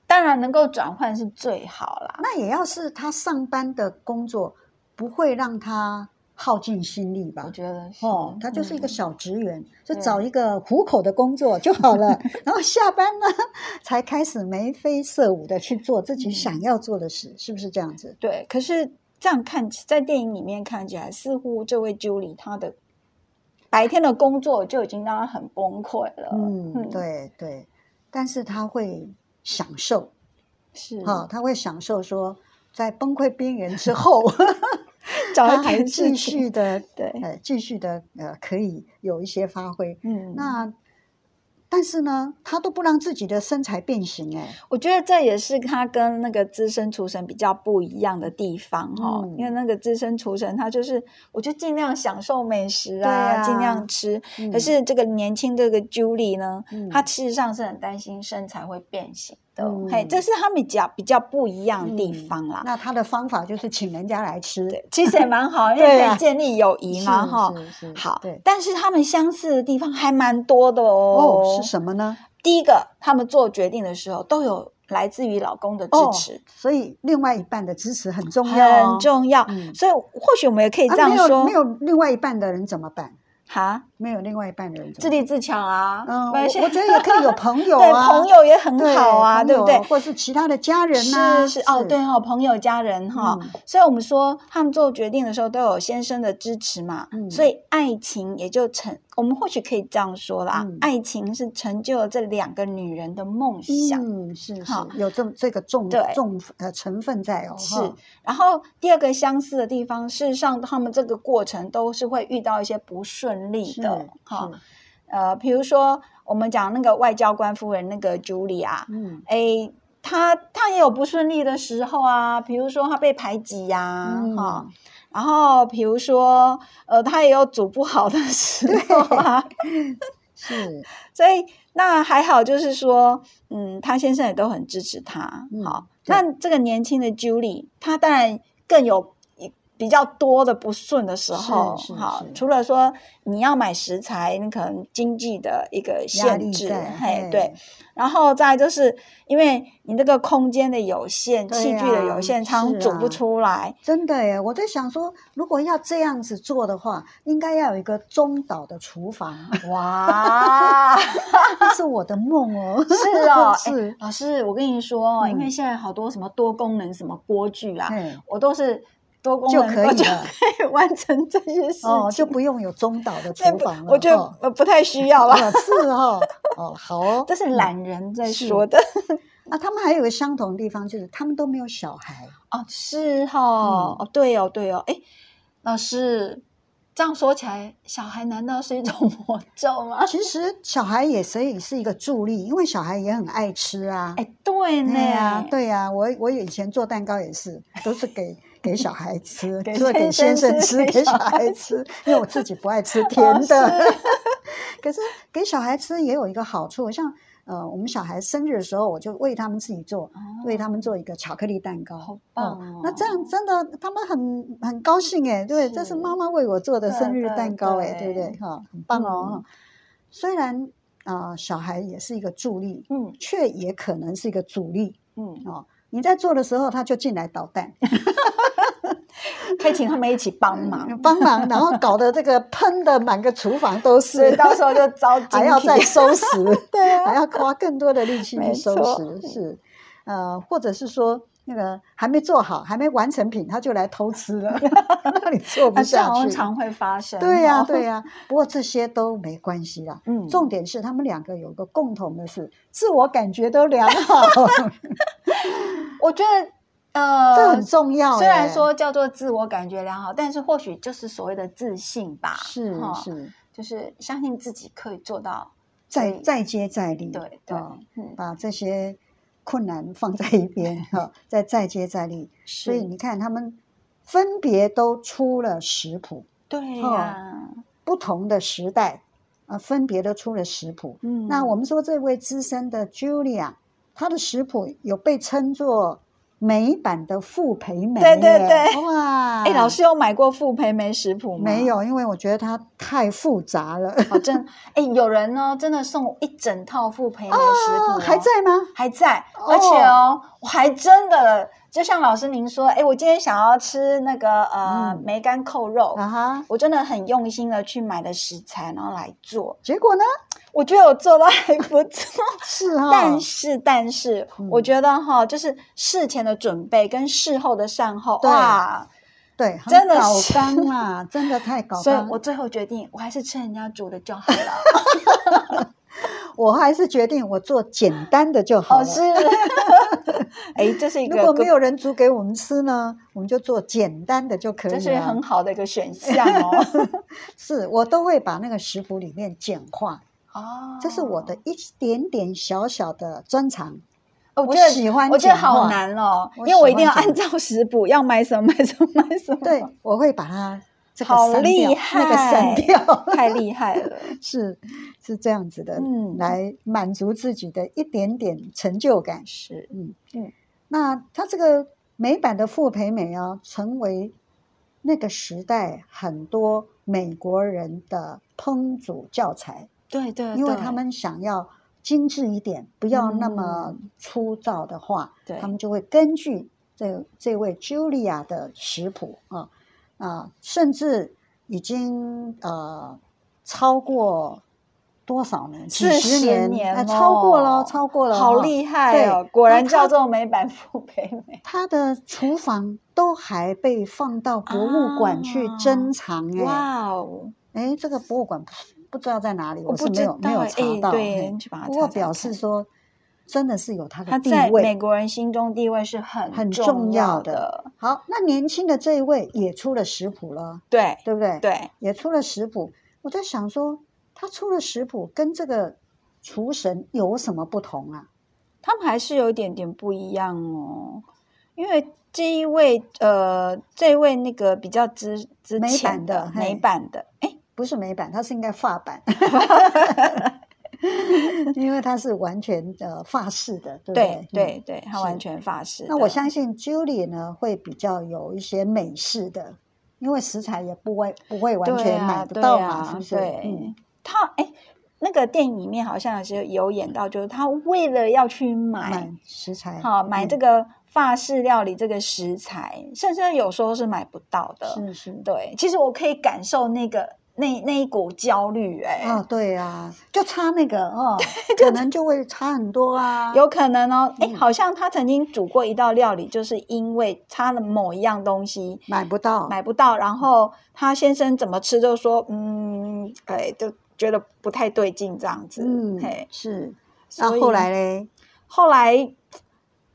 [SPEAKER 3] 当然能够转换是最好啦。
[SPEAKER 2] 那也要是他上班的工作不会让他耗尽心力吧
[SPEAKER 3] 我？觉得是
[SPEAKER 2] 哦，他就是一个
[SPEAKER 3] 嗯
[SPEAKER 2] 小职员，就
[SPEAKER 3] 对
[SPEAKER 2] 找一个糊口的工作就好 了。然后下班呢，才开始眉飞色舞的去做自己想要做的事，是不是这样子？
[SPEAKER 3] 对，可是这样看起，在电影里面看起来，似乎这位 Julie 她的白天的工作就已经让她很崩溃了。
[SPEAKER 2] 嗯，，对对。但是他会享受，
[SPEAKER 3] 是
[SPEAKER 2] 哈、他会享受说，在崩溃边缘之后，
[SPEAKER 3] 找
[SPEAKER 2] 他
[SPEAKER 3] 一
[SPEAKER 2] 还
[SPEAKER 3] 点事
[SPEAKER 2] 继
[SPEAKER 3] 情
[SPEAKER 2] 续的，
[SPEAKER 3] 对
[SPEAKER 2] 呃，继续的，呃，可以有一些发挥。
[SPEAKER 3] 嗯，
[SPEAKER 2] 那但是呢，他都不让自己的身材变形、哎，
[SPEAKER 3] 我觉得这也是他跟那个资深厨神比较不一样的地方哈、
[SPEAKER 2] 嗯
[SPEAKER 3] 因为那个资深厨神他就是，我就尽量享受美食
[SPEAKER 2] 对
[SPEAKER 3] 啊，
[SPEAKER 2] 啊
[SPEAKER 3] 尽量吃、
[SPEAKER 2] 嗯
[SPEAKER 3] 可是这个年轻这个 Julie 呢，
[SPEAKER 2] 嗯
[SPEAKER 3] 她事实上是很担心身材会变形的，哦
[SPEAKER 2] 嗯
[SPEAKER 3] 嘿，这是他们比较比较不一样的地
[SPEAKER 2] 嗯
[SPEAKER 3] 方啦。
[SPEAKER 2] 那他的方法就是请人家来吃，
[SPEAKER 3] 对，其实也蛮好，因
[SPEAKER 2] 对
[SPEAKER 3] 为
[SPEAKER 2] 啊
[SPEAKER 3] 可以建立友谊嘛
[SPEAKER 2] 是
[SPEAKER 3] 哈。
[SPEAKER 2] 是是
[SPEAKER 3] 好
[SPEAKER 2] 对，。
[SPEAKER 3] 但是他们相似的地方还蛮多的哦。
[SPEAKER 2] 哦，是什么呢？
[SPEAKER 3] 第一个，他们做决定的时候都有来自于老公的支
[SPEAKER 2] 哦
[SPEAKER 3] 持，
[SPEAKER 2] 所以另外一半的支持很重要、哦，
[SPEAKER 3] 很重要。
[SPEAKER 2] 嗯
[SPEAKER 3] 所以或许我们也可以这
[SPEAKER 2] 啊
[SPEAKER 3] 样
[SPEAKER 2] 没有
[SPEAKER 3] 说
[SPEAKER 2] 没，有另外一半的人怎么办？
[SPEAKER 3] 哈，
[SPEAKER 2] 没有另外一半的人怎
[SPEAKER 3] 自
[SPEAKER 2] 么办？
[SPEAKER 3] 立自强啊，
[SPEAKER 2] 嗯，
[SPEAKER 3] 不
[SPEAKER 2] 我
[SPEAKER 3] 然现
[SPEAKER 2] 我觉得也可以有朋友
[SPEAKER 3] 对
[SPEAKER 2] 啊，
[SPEAKER 3] 朋友也很
[SPEAKER 2] 对
[SPEAKER 3] 好啊，
[SPEAKER 2] 朋
[SPEAKER 3] 对不
[SPEAKER 2] 友
[SPEAKER 3] 对？
[SPEAKER 2] 或是其他的家人呐、
[SPEAKER 3] 是是哦，对哦，朋友、家人哈、
[SPEAKER 2] 嗯
[SPEAKER 3] 所以我们说他们做决定的时候都有先生的支持嘛，
[SPEAKER 2] 嗯
[SPEAKER 3] 所以爱情也就成，我们或许可以这样说啦，
[SPEAKER 2] 嗯
[SPEAKER 3] 爱情是成就了这两个女人的梦想。
[SPEAKER 2] 嗯，是是
[SPEAKER 3] 好，
[SPEAKER 2] 有这么这个重
[SPEAKER 3] 对
[SPEAKER 2] 重呃成分在哦，
[SPEAKER 3] 是
[SPEAKER 2] 哈，
[SPEAKER 3] 然后第二个相似的地方，事实上他们这个过程都是会遇到一些不顺利
[SPEAKER 2] 是
[SPEAKER 3] 的，哈，
[SPEAKER 2] 是
[SPEAKER 3] 呃，比如说我们讲那个外交官夫人那个茱莉亚，
[SPEAKER 2] 嗯
[SPEAKER 3] 诶，她她也有不顺利的时候啊，比如说她被排挤呀、
[SPEAKER 2] 嗯
[SPEAKER 3] 啊哈、然后比如说，呃，她也有煮不好的时候啊，
[SPEAKER 2] 是
[SPEAKER 3] 所以那还好，就是说，嗯，她先生也都很支持她。
[SPEAKER 2] 嗯
[SPEAKER 3] 好，
[SPEAKER 2] 对
[SPEAKER 3] 那这个年轻的 Julie，她当然更有一比较多的不顺的时候
[SPEAKER 2] 是是，
[SPEAKER 3] 好
[SPEAKER 2] 是，
[SPEAKER 3] 除了说你要买食材，你可能经济的一个
[SPEAKER 2] 压
[SPEAKER 3] 限
[SPEAKER 2] 力
[SPEAKER 3] 制，
[SPEAKER 2] 在，
[SPEAKER 3] 嘿，对。，然后再来就是因为你这个空间的有限，
[SPEAKER 2] 对
[SPEAKER 3] 器具的
[SPEAKER 2] 啊
[SPEAKER 3] 有限，常
[SPEAKER 2] 是
[SPEAKER 3] 常组
[SPEAKER 2] 啊
[SPEAKER 3] 不 出来。
[SPEAKER 2] 真的耶！我在想说，如果要这样子做的话，应该要有一个中岛的厨房，
[SPEAKER 3] 哇，
[SPEAKER 2] 那是我的梦哦。
[SPEAKER 3] 是 哦哎
[SPEAKER 2] 是，
[SPEAKER 3] 老师，我跟你说哦，因为
[SPEAKER 2] 嗯
[SPEAKER 3] 现在好多什么多功能什么锅具啊，
[SPEAKER 2] 哎，
[SPEAKER 3] 我都是多功
[SPEAKER 2] 就
[SPEAKER 3] 能
[SPEAKER 2] 可以
[SPEAKER 3] 我就
[SPEAKER 2] 了
[SPEAKER 3] 可以 完成这些事情。
[SPEAKER 2] 哦，就不用有中岛的
[SPEAKER 3] 这
[SPEAKER 2] 厨
[SPEAKER 3] 不
[SPEAKER 2] 房了。
[SPEAKER 3] 我就
[SPEAKER 2] 哦
[SPEAKER 3] 呃不太需 要了。
[SPEAKER 2] 哦是哈，哦，好哦。
[SPEAKER 3] 这是懒人在
[SPEAKER 2] 是
[SPEAKER 3] 说的
[SPEAKER 2] 啊，他们还有个相同的地方，就是他们都没有小孩。
[SPEAKER 3] 哦，是哈、
[SPEAKER 2] 嗯
[SPEAKER 3] 哦，哦对哦对哦，哎，老师这样说起来，小孩难道是一种 魔咒吗？
[SPEAKER 2] 其实小孩也所以是一个助力，因为小孩也很爱吃啊。
[SPEAKER 3] 哎，对呢，
[SPEAKER 2] 对呀、对呀、我我以前做蛋糕也是，都是给给小孩吃，
[SPEAKER 3] 给
[SPEAKER 2] 除了给先
[SPEAKER 3] 先生
[SPEAKER 2] 生
[SPEAKER 3] 吃
[SPEAKER 2] 吃，
[SPEAKER 3] 给
[SPEAKER 2] 给
[SPEAKER 3] 小
[SPEAKER 2] 小
[SPEAKER 3] 孩
[SPEAKER 2] 孩吃，因为我自己不爱 吃甜
[SPEAKER 3] 哦
[SPEAKER 2] 的。
[SPEAKER 3] 是
[SPEAKER 2] 可是给小孩吃也有一个好处，像呃，我们小孩生日的时候，我就为他们自己做，为他们做一个巧克力蛋糕。
[SPEAKER 3] 好
[SPEAKER 2] 哦
[SPEAKER 3] 棒、
[SPEAKER 2] 那这样真的，他们很很高兴哎，对，这
[SPEAKER 3] 是
[SPEAKER 2] 是妈妈为我做的
[SPEAKER 3] 对
[SPEAKER 2] 生日
[SPEAKER 3] 对
[SPEAKER 2] 蛋糕哎，对
[SPEAKER 3] 对
[SPEAKER 2] 不对？哈、很棒哦。
[SPEAKER 3] 嗯
[SPEAKER 2] 虽然啊、呃小孩也是一个助力，
[SPEAKER 3] 嗯
[SPEAKER 2] 却也可能是一个阻力
[SPEAKER 3] 嗯，
[SPEAKER 2] 哦。你在做的时候，他就进来捣蛋
[SPEAKER 3] 可以请他们一起帮忙，
[SPEAKER 2] 帮忙，然后搞得这个喷的满个厨房都
[SPEAKER 3] 所以
[SPEAKER 2] 是，
[SPEAKER 3] 到时候就招
[SPEAKER 2] 还要
[SPEAKER 3] 精
[SPEAKER 2] 再
[SPEAKER 3] 辟
[SPEAKER 2] 收拾，
[SPEAKER 3] 对啊
[SPEAKER 2] 还要花更多的力气
[SPEAKER 3] 没
[SPEAKER 2] 去收
[SPEAKER 3] 错
[SPEAKER 2] 拾，是呃，或者是说那个还没做好，还没完成品，他就来偷吃了， 那你做不
[SPEAKER 3] 啊，这
[SPEAKER 2] 下
[SPEAKER 3] 好像
[SPEAKER 2] 去。
[SPEAKER 3] 常会发生。
[SPEAKER 2] 对呀、
[SPEAKER 3] 哦
[SPEAKER 2] 对，呀、不过这些都没关系啦。
[SPEAKER 3] 嗯，
[SPEAKER 2] 重点是他们两个有个共同的是，自我感觉都良 好，
[SPEAKER 3] 我觉得呃，
[SPEAKER 2] 这很重要欸。
[SPEAKER 3] 虽然说叫做自我感觉良好，但是或许就是所谓的自信吧，
[SPEAKER 2] 是
[SPEAKER 3] 哈
[SPEAKER 2] 是，
[SPEAKER 3] 就是相信自己可以做到。
[SPEAKER 2] 再
[SPEAKER 3] 所以
[SPEAKER 2] 再接再厉，
[SPEAKER 3] 对对
[SPEAKER 2] 啊，
[SPEAKER 3] 嗯，
[SPEAKER 2] 把这些困难放在一边 哈，再再接再厉。所以
[SPEAKER 3] 是，
[SPEAKER 2] 你看，他们分别都出了食谱，
[SPEAKER 3] 对
[SPEAKER 2] 哦
[SPEAKER 3] 呀，
[SPEAKER 2] 不同的时代啊，分别都出了食谱。
[SPEAKER 3] 嗯
[SPEAKER 2] 那我们说这位资深的 Julia，她的食谱有被称作美版的傅培梅耶，
[SPEAKER 3] 对对对
[SPEAKER 2] 哇！
[SPEAKER 3] 哎，老师有买过傅培梅食谱吗？
[SPEAKER 2] 没。有，因为我觉得它太复杂了。
[SPEAKER 3] 哦，真哎，有人呢，真的送我一整套傅培梅食谱
[SPEAKER 2] 哦
[SPEAKER 3] 哦，
[SPEAKER 2] 还在吗？
[SPEAKER 3] 还在，
[SPEAKER 2] 哦
[SPEAKER 3] 而且哦，我还真的就像老师您说，哎，我今天想要吃那个呃
[SPEAKER 2] 嗯
[SPEAKER 3] 梅干扣肉，
[SPEAKER 2] 啊哈，
[SPEAKER 3] 我真的很用心的去买的食材，然后来做，
[SPEAKER 2] 结果呢？
[SPEAKER 3] 我觉得我做的还不错。
[SPEAKER 2] 是哈、
[SPEAKER 3] 但是，但是，
[SPEAKER 2] 嗯
[SPEAKER 3] 我觉得哈，就是事前的准备跟事后的善后，
[SPEAKER 2] 对
[SPEAKER 3] 哇！
[SPEAKER 2] 对，很
[SPEAKER 3] 真的
[SPEAKER 2] 搞
[SPEAKER 3] 是
[SPEAKER 2] 纲啊， 真的太搞纲。
[SPEAKER 3] 所以我最后决定，我还是吃人家煮的就好了。
[SPEAKER 2] 我还是决定我做简单的就 好
[SPEAKER 3] 哦，
[SPEAKER 2] 了。
[SPEAKER 3] 是， 哎，这是一个
[SPEAKER 2] 如果没有人煮给我们吃呢，我们就做简单的就可以啊了。
[SPEAKER 3] 这是很好的一个选 项哦。
[SPEAKER 2] 是我都会把那个食谱里面简化，
[SPEAKER 3] 哦，
[SPEAKER 2] 这是我的一点点小小的专长。
[SPEAKER 3] 哦，我
[SPEAKER 2] 我
[SPEAKER 3] 觉得
[SPEAKER 2] 喜欢
[SPEAKER 3] 我觉得
[SPEAKER 2] 简化
[SPEAKER 3] 好难哦，因
[SPEAKER 2] 我
[SPEAKER 3] 为我
[SPEAKER 2] 喜
[SPEAKER 3] 一定要
[SPEAKER 2] 欢
[SPEAKER 3] 按
[SPEAKER 2] 简
[SPEAKER 3] 照食谱，要买什么买什么买什么。
[SPEAKER 2] 对，我会把它这个
[SPEAKER 3] 好
[SPEAKER 2] 删
[SPEAKER 3] 厉
[SPEAKER 2] 掉那个
[SPEAKER 3] 害
[SPEAKER 2] 删掉，
[SPEAKER 3] 太厉害了。
[SPEAKER 2] 是是这样子的，
[SPEAKER 3] 嗯
[SPEAKER 2] 来满足自己的一点点成就感。嗯
[SPEAKER 3] 是，嗯
[SPEAKER 2] 那他这个美版的傅培美啊，成为那个时代很多美国人的烹煮教材，
[SPEAKER 3] 对对，
[SPEAKER 2] 因为
[SPEAKER 3] 呃对
[SPEAKER 2] 他们想要精致一点，不要那么
[SPEAKER 3] 嗯
[SPEAKER 2] 粗糙的话，
[SPEAKER 3] 对
[SPEAKER 2] 他们就会根据这这位 Julia 的食谱啊啊，甚至已经呃超过多少年？几
[SPEAKER 3] 40
[SPEAKER 2] 十年，
[SPEAKER 3] 年
[SPEAKER 2] 哎超过
[SPEAKER 3] 咯
[SPEAKER 2] 了，超过了，啊
[SPEAKER 3] 好
[SPEAKER 2] 哈
[SPEAKER 3] 厉害哦！果然叫做美版傅培梅。
[SPEAKER 2] 他的厨房都还被放到博物馆去
[SPEAKER 3] 啊
[SPEAKER 2] 珍藏哎、
[SPEAKER 3] 哇哦，
[SPEAKER 2] 哎，这个博物馆不是不知道在哪里，
[SPEAKER 3] 我
[SPEAKER 2] 是
[SPEAKER 3] 不
[SPEAKER 2] 没
[SPEAKER 3] 知
[SPEAKER 2] 有
[SPEAKER 3] 道
[SPEAKER 2] 没有
[SPEAKER 3] 哎，
[SPEAKER 2] 查到。
[SPEAKER 3] 对，
[SPEAKER 2] 嘿
[SPEAKER 3] 你去把它
[SPEAKER 2] 不过
[SPEAKER 3] 查查
[SPEAKER 2] 表
[SPEAKER 3] 看
[SPEAKER 2] 示说，真的是有它
[SPEAKER 3] 他
[SPEAKER 2] 的地
[SPEAKER 3] 在美
[SPEAKER 2] 位，
[SPEAKER 3] 国人心中地位是很
[SPEAKER 2] 很
[SPEAKER 3] 重
[SPEAKER 2] 重要
[SPEAKER 3] 的
[SPEAKER 2] 的。好，那年轻的这一位也出了食谱了，
[SPEAKER 3] 对
[SPEAKER 2] 对不对？，
[SPEAKER 3] 对，
[SPEAKER 2] 也出了食谱。我在想说，他出了食谱跟这个厨神有什么不同啊？
[SPEAKER 3] 他们还是有一点点不一样哦，因为这一位呃，这一位那个比较之之
[SPEAKER 2] 美
[SPEAKER 3] 前
[SPEAKER 2] 版的
[SPEAKER 3] 的
[SPEAKER 2] 嘿
[SPEAKER 3] 美版的，哎，
[SPEAKER 2] 不是美版，它是应该法版， 因为它是完全呃法式的，对不
[SPEAKER 3] 对
[SPEAKER 2] 对？
[SPEAKER 3] 对对，他
[SPEAKER 2] 是
[SPEAKER 3] 完全法式
[SPEAKER 2] 嗯
[SPEAKER 3] 的。
[SPEAKER 2] 那我相信 Julie 呢会比较有一些美式的，因为食材也不会不会完
[SPEAKER 3] 对
[SPEAKER 2] 全
[SPEAKER 3] 啊
[SPEAKER 2] 买不
[SPEAKER 3] 对
[SPEAKER 2] 到嘛，
[SPEAKER 3] 啊
[SPEAKER 2] 是不是？
[SPEAKER 3] 对，
[SPEAKER 2] 嗯，
[SPEAKER 3] 他哎，那个电影里面好像是有演到，就是他为了要去买
[SPEAKER 2] 买，食材，
[SPEAKER 3] 好买这
[SPEAKER 2] 嗯
[SPEAKER 3] 个法式料理这个食材，甚至有时候是买不到的。
[SPEAKER 2] 是是
[SPEAKER 3] 对，其实我可以感受那个那那一股焦虑、欸，
[SPEAKER 2] 啊，对啊，就差那个哦，可能就会差很多啊。
[SPEAKER 3] 有可能哦，哎、
[SPEAKER 2] 嗯
[SPEAKER 3] 好像他曾经煮过一道料理，就是因为他的某一样东西
[SPEAKER 2] 买不到，
[SPEAKER 3] 买不到，然后他先生怎么吃就说，嗯，哎，就觉得不太对劲这样子，
[SPEAKER 2] 嗯
[SPEAKER 3] 嘿，，
[SPEAKER 2] 是。那
[SPEAKER 3] 所以
[SPEAKER 2] 后来嘞？
[SPEAKER 3] 后来，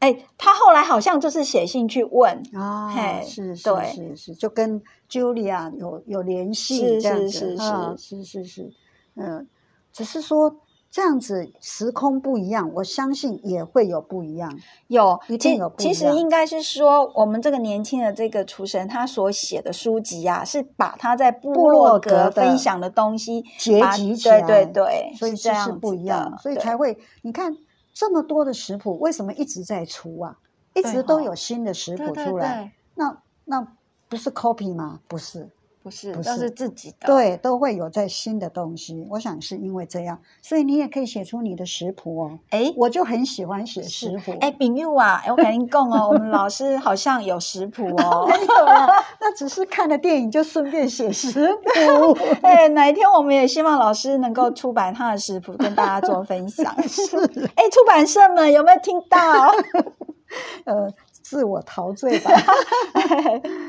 [SPEAKER 3] 哎，他后来好像就是写信去问，
[SPEAKER 2] 啊，
[SPEAKER 3] 嘿
[SPEAKER 2] 是是
[SPEAKER 3] 对
[SPEAKER 2] 是是，就跟 Julia 有有联系
[SPEAKER 3] 是
[SPEAKER 2] 这样
[SPEAKER 3] 是
[SPEAKER 2] 子
[SPEAKER 3] 是，
[SPEAKER 2] 啊是是是，嗯，只是说这样子时空不一样，我相信也会有不一样。
[SPEAKER 3] 有，
[SPEAKER 2] 一
[SPEAKER 3] 其
[SPEAKER 2] 定有不
[SPEAKER 3] 其
[SPEAKER 2] 一
[SPEAKER 3] 实
[SPEAKER 2] 样
[SPEAKER 3] 应该是说，我们这个年轻的这个厨神，他所写的书籍啊，是把他在部
[SPEAKER 2] 部
[SPEAKER 3] 落
[SPEAKER 2] 落
[SPEAKER 3] 格
[SPEAKER 2] 格
[SPEAKER 3] 分
[SPEAKER 2] 的
[SPEAKER 3] 享的东西
[SPEAKER 2] 结
[SPEAKER 3] 把
[SPEAKER 2] 集起
[SPEAKER 3] 对
[SPEAKER 2] 来
[SPEAKER 3] 对对，
[SPEAKER 2] 所以这
[SPEAKER 3] 这样
[SPEAKER 2] 是不
[SPEAKER 3] 子
[SPEAKER 2] 一样
[SPEAKER 3] 的，
[SPEAKER 2] 所以
[SPEAKER 3] 对
[SPEAKER 2] 才会你看这么多的食谱，为什么一直在出啊？一
[SPEAKER 3] 对
[SPEAKER 2] 直都
[SPEAKER 3] 吼
[SPEAKER 2] 有新的食
[SPEAKER 3] 对
[SPEAKER 2] 谱
[SPEAKER 3] 对
[SPEAKER 2] 出来，
[SPEAKER 3] 对
[SPEAKER 2] 那那不是 copy 吗？不是，
[SPEAKER 3] 不是
[SPEAKER 2] 不
[SPEAKER 3] 都
[SPEAKER 2] 是
[SPEAKER 3] 是自己的，
[SPEAKER 2] 对，都会有在新的东西。我想是因为这样，所以你也可以写出你的食谱哦。
[SPEAKER 3] 哎。
[SPEAKER 2] 我就很喜欢写食谱，。
[SPEAKER 3] 哎，炳玉啊，哎，我跟你讲哦，我们老师好像有食谱哦
[SPEAKER 2] 没有啊啦， 那只是看了电影就顺便写食谱。
[SPEAKER 3] 哎，哪一天我们也希望老师能够出版他的食谱，跟大家做分 享。哎，出版社们有没有听到？
[SPEAKER 2] 呃，自我陶醉吧。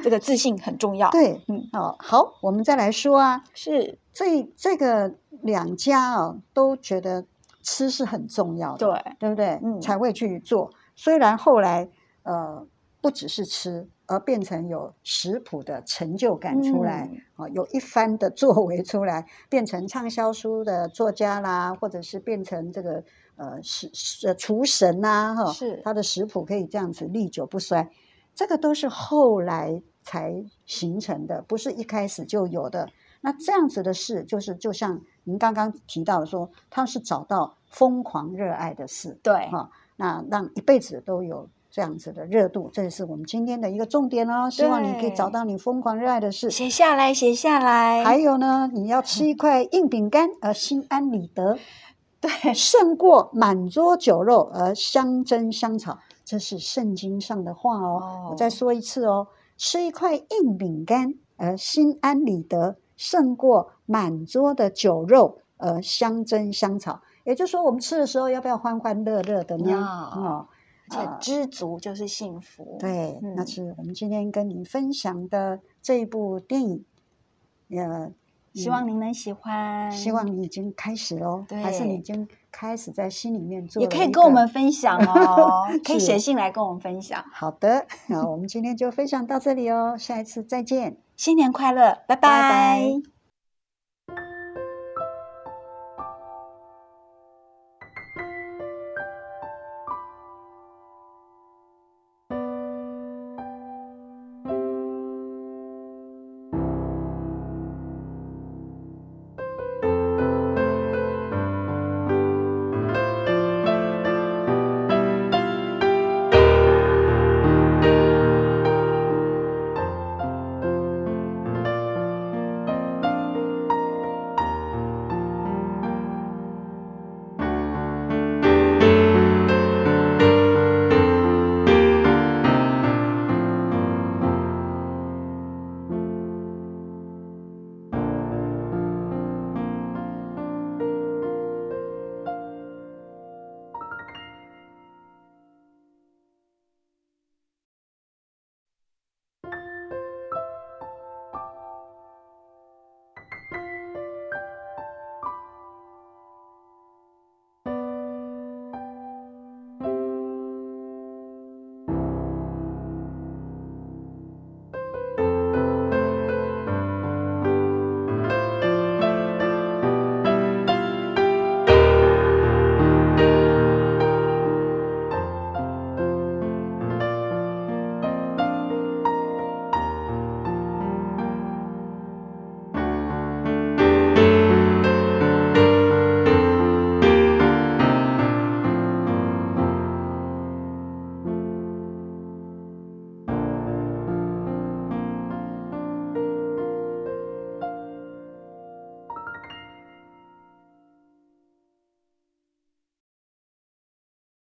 [SPEAKER 3] 这个自信很重要。，
[SPEAKER 2] 对，
[SPEAKER 3] 嗯
[SPEAKER 2] 嗯，哦，好，我们再来说啊，
[SPEAKER 3] 是，
[SPEAKER 2] 这这个两家啊、都觉得吃是很重要的，
[SPEAKER 3] 对，
[SPEAKER 2] 对不对？
[SPEAKER 3] 嗯
[SPEAKER 2] 才会去做。虽然后来呃，不只是吃，而变成有食谱的成就感出来，
[SPEAKER 3] 嗯
[SPEAKER 2] 啊、有一番的作为出来，变成畅销书的作家啦，或者是变成这个呃食食呃厨神呐、哈、
[SPEAKER 3] 是
[SPEAKER 2] 他的食谱可以这样子历久不衰，这个都是后来才形成的，不是一开始就有的。那这样子的事，就是就像您刚刚提到的说，他是找到疯狂热爱的事，
[SPEAKER 3] 对，
[SPEAKER 2] 哈、那让一辈子都有这样子的热度，这是我们今天的一个重点哦。希望你可以找到你疯狂热爱的事。
[SPEAKER 3] 写下来，写下来。
[SPEAKER 2] 还有呢，你要吃一块硬饼干而心安理 得，对，胜过满桌酒肉而相争相吵，这是圣经上的话哦。我
[SPEAKER 3] 哦
[SPEAKER 2] 再说一次哦，吃一块硬饼干而心安理得，胜过满桌的酒肉而相争相吵。也就是说，我们吃的时候要不要欢欢乐乐的呢？
[SPEAKER 3] 要
[SPEAKER 2] 哦，
[SPEAKER 3] 而且知足就是幸福。
[SPEAKER 2] 对，那
[SPEAKER 3] 嗯
[SPEAKER 2] 是我们今天跟您分享的这一部电影，呃，
[SPEAKER 3] 希
[SPEAKER 2] 嗯
[SPEAKER 3] 望您能喜欢，
[SPEAKER 2] 希望你已经开始喽，还是
[SPEAKER 3] 对
[SPEAKER 2] 你已经开始在心里面做？
[SPEAKER 3] 也可以跟我们。分享 哦，可以
[SPEAKER 2] 是
[SPEAKER 3] 写信来跟我们分享。
[SPEAKER 2] 好的，那我们今天就分享到这里哦，下一次再见。
[SPEAKER 3] 新年快乐，拜
[SPEAKER 2] 拜拜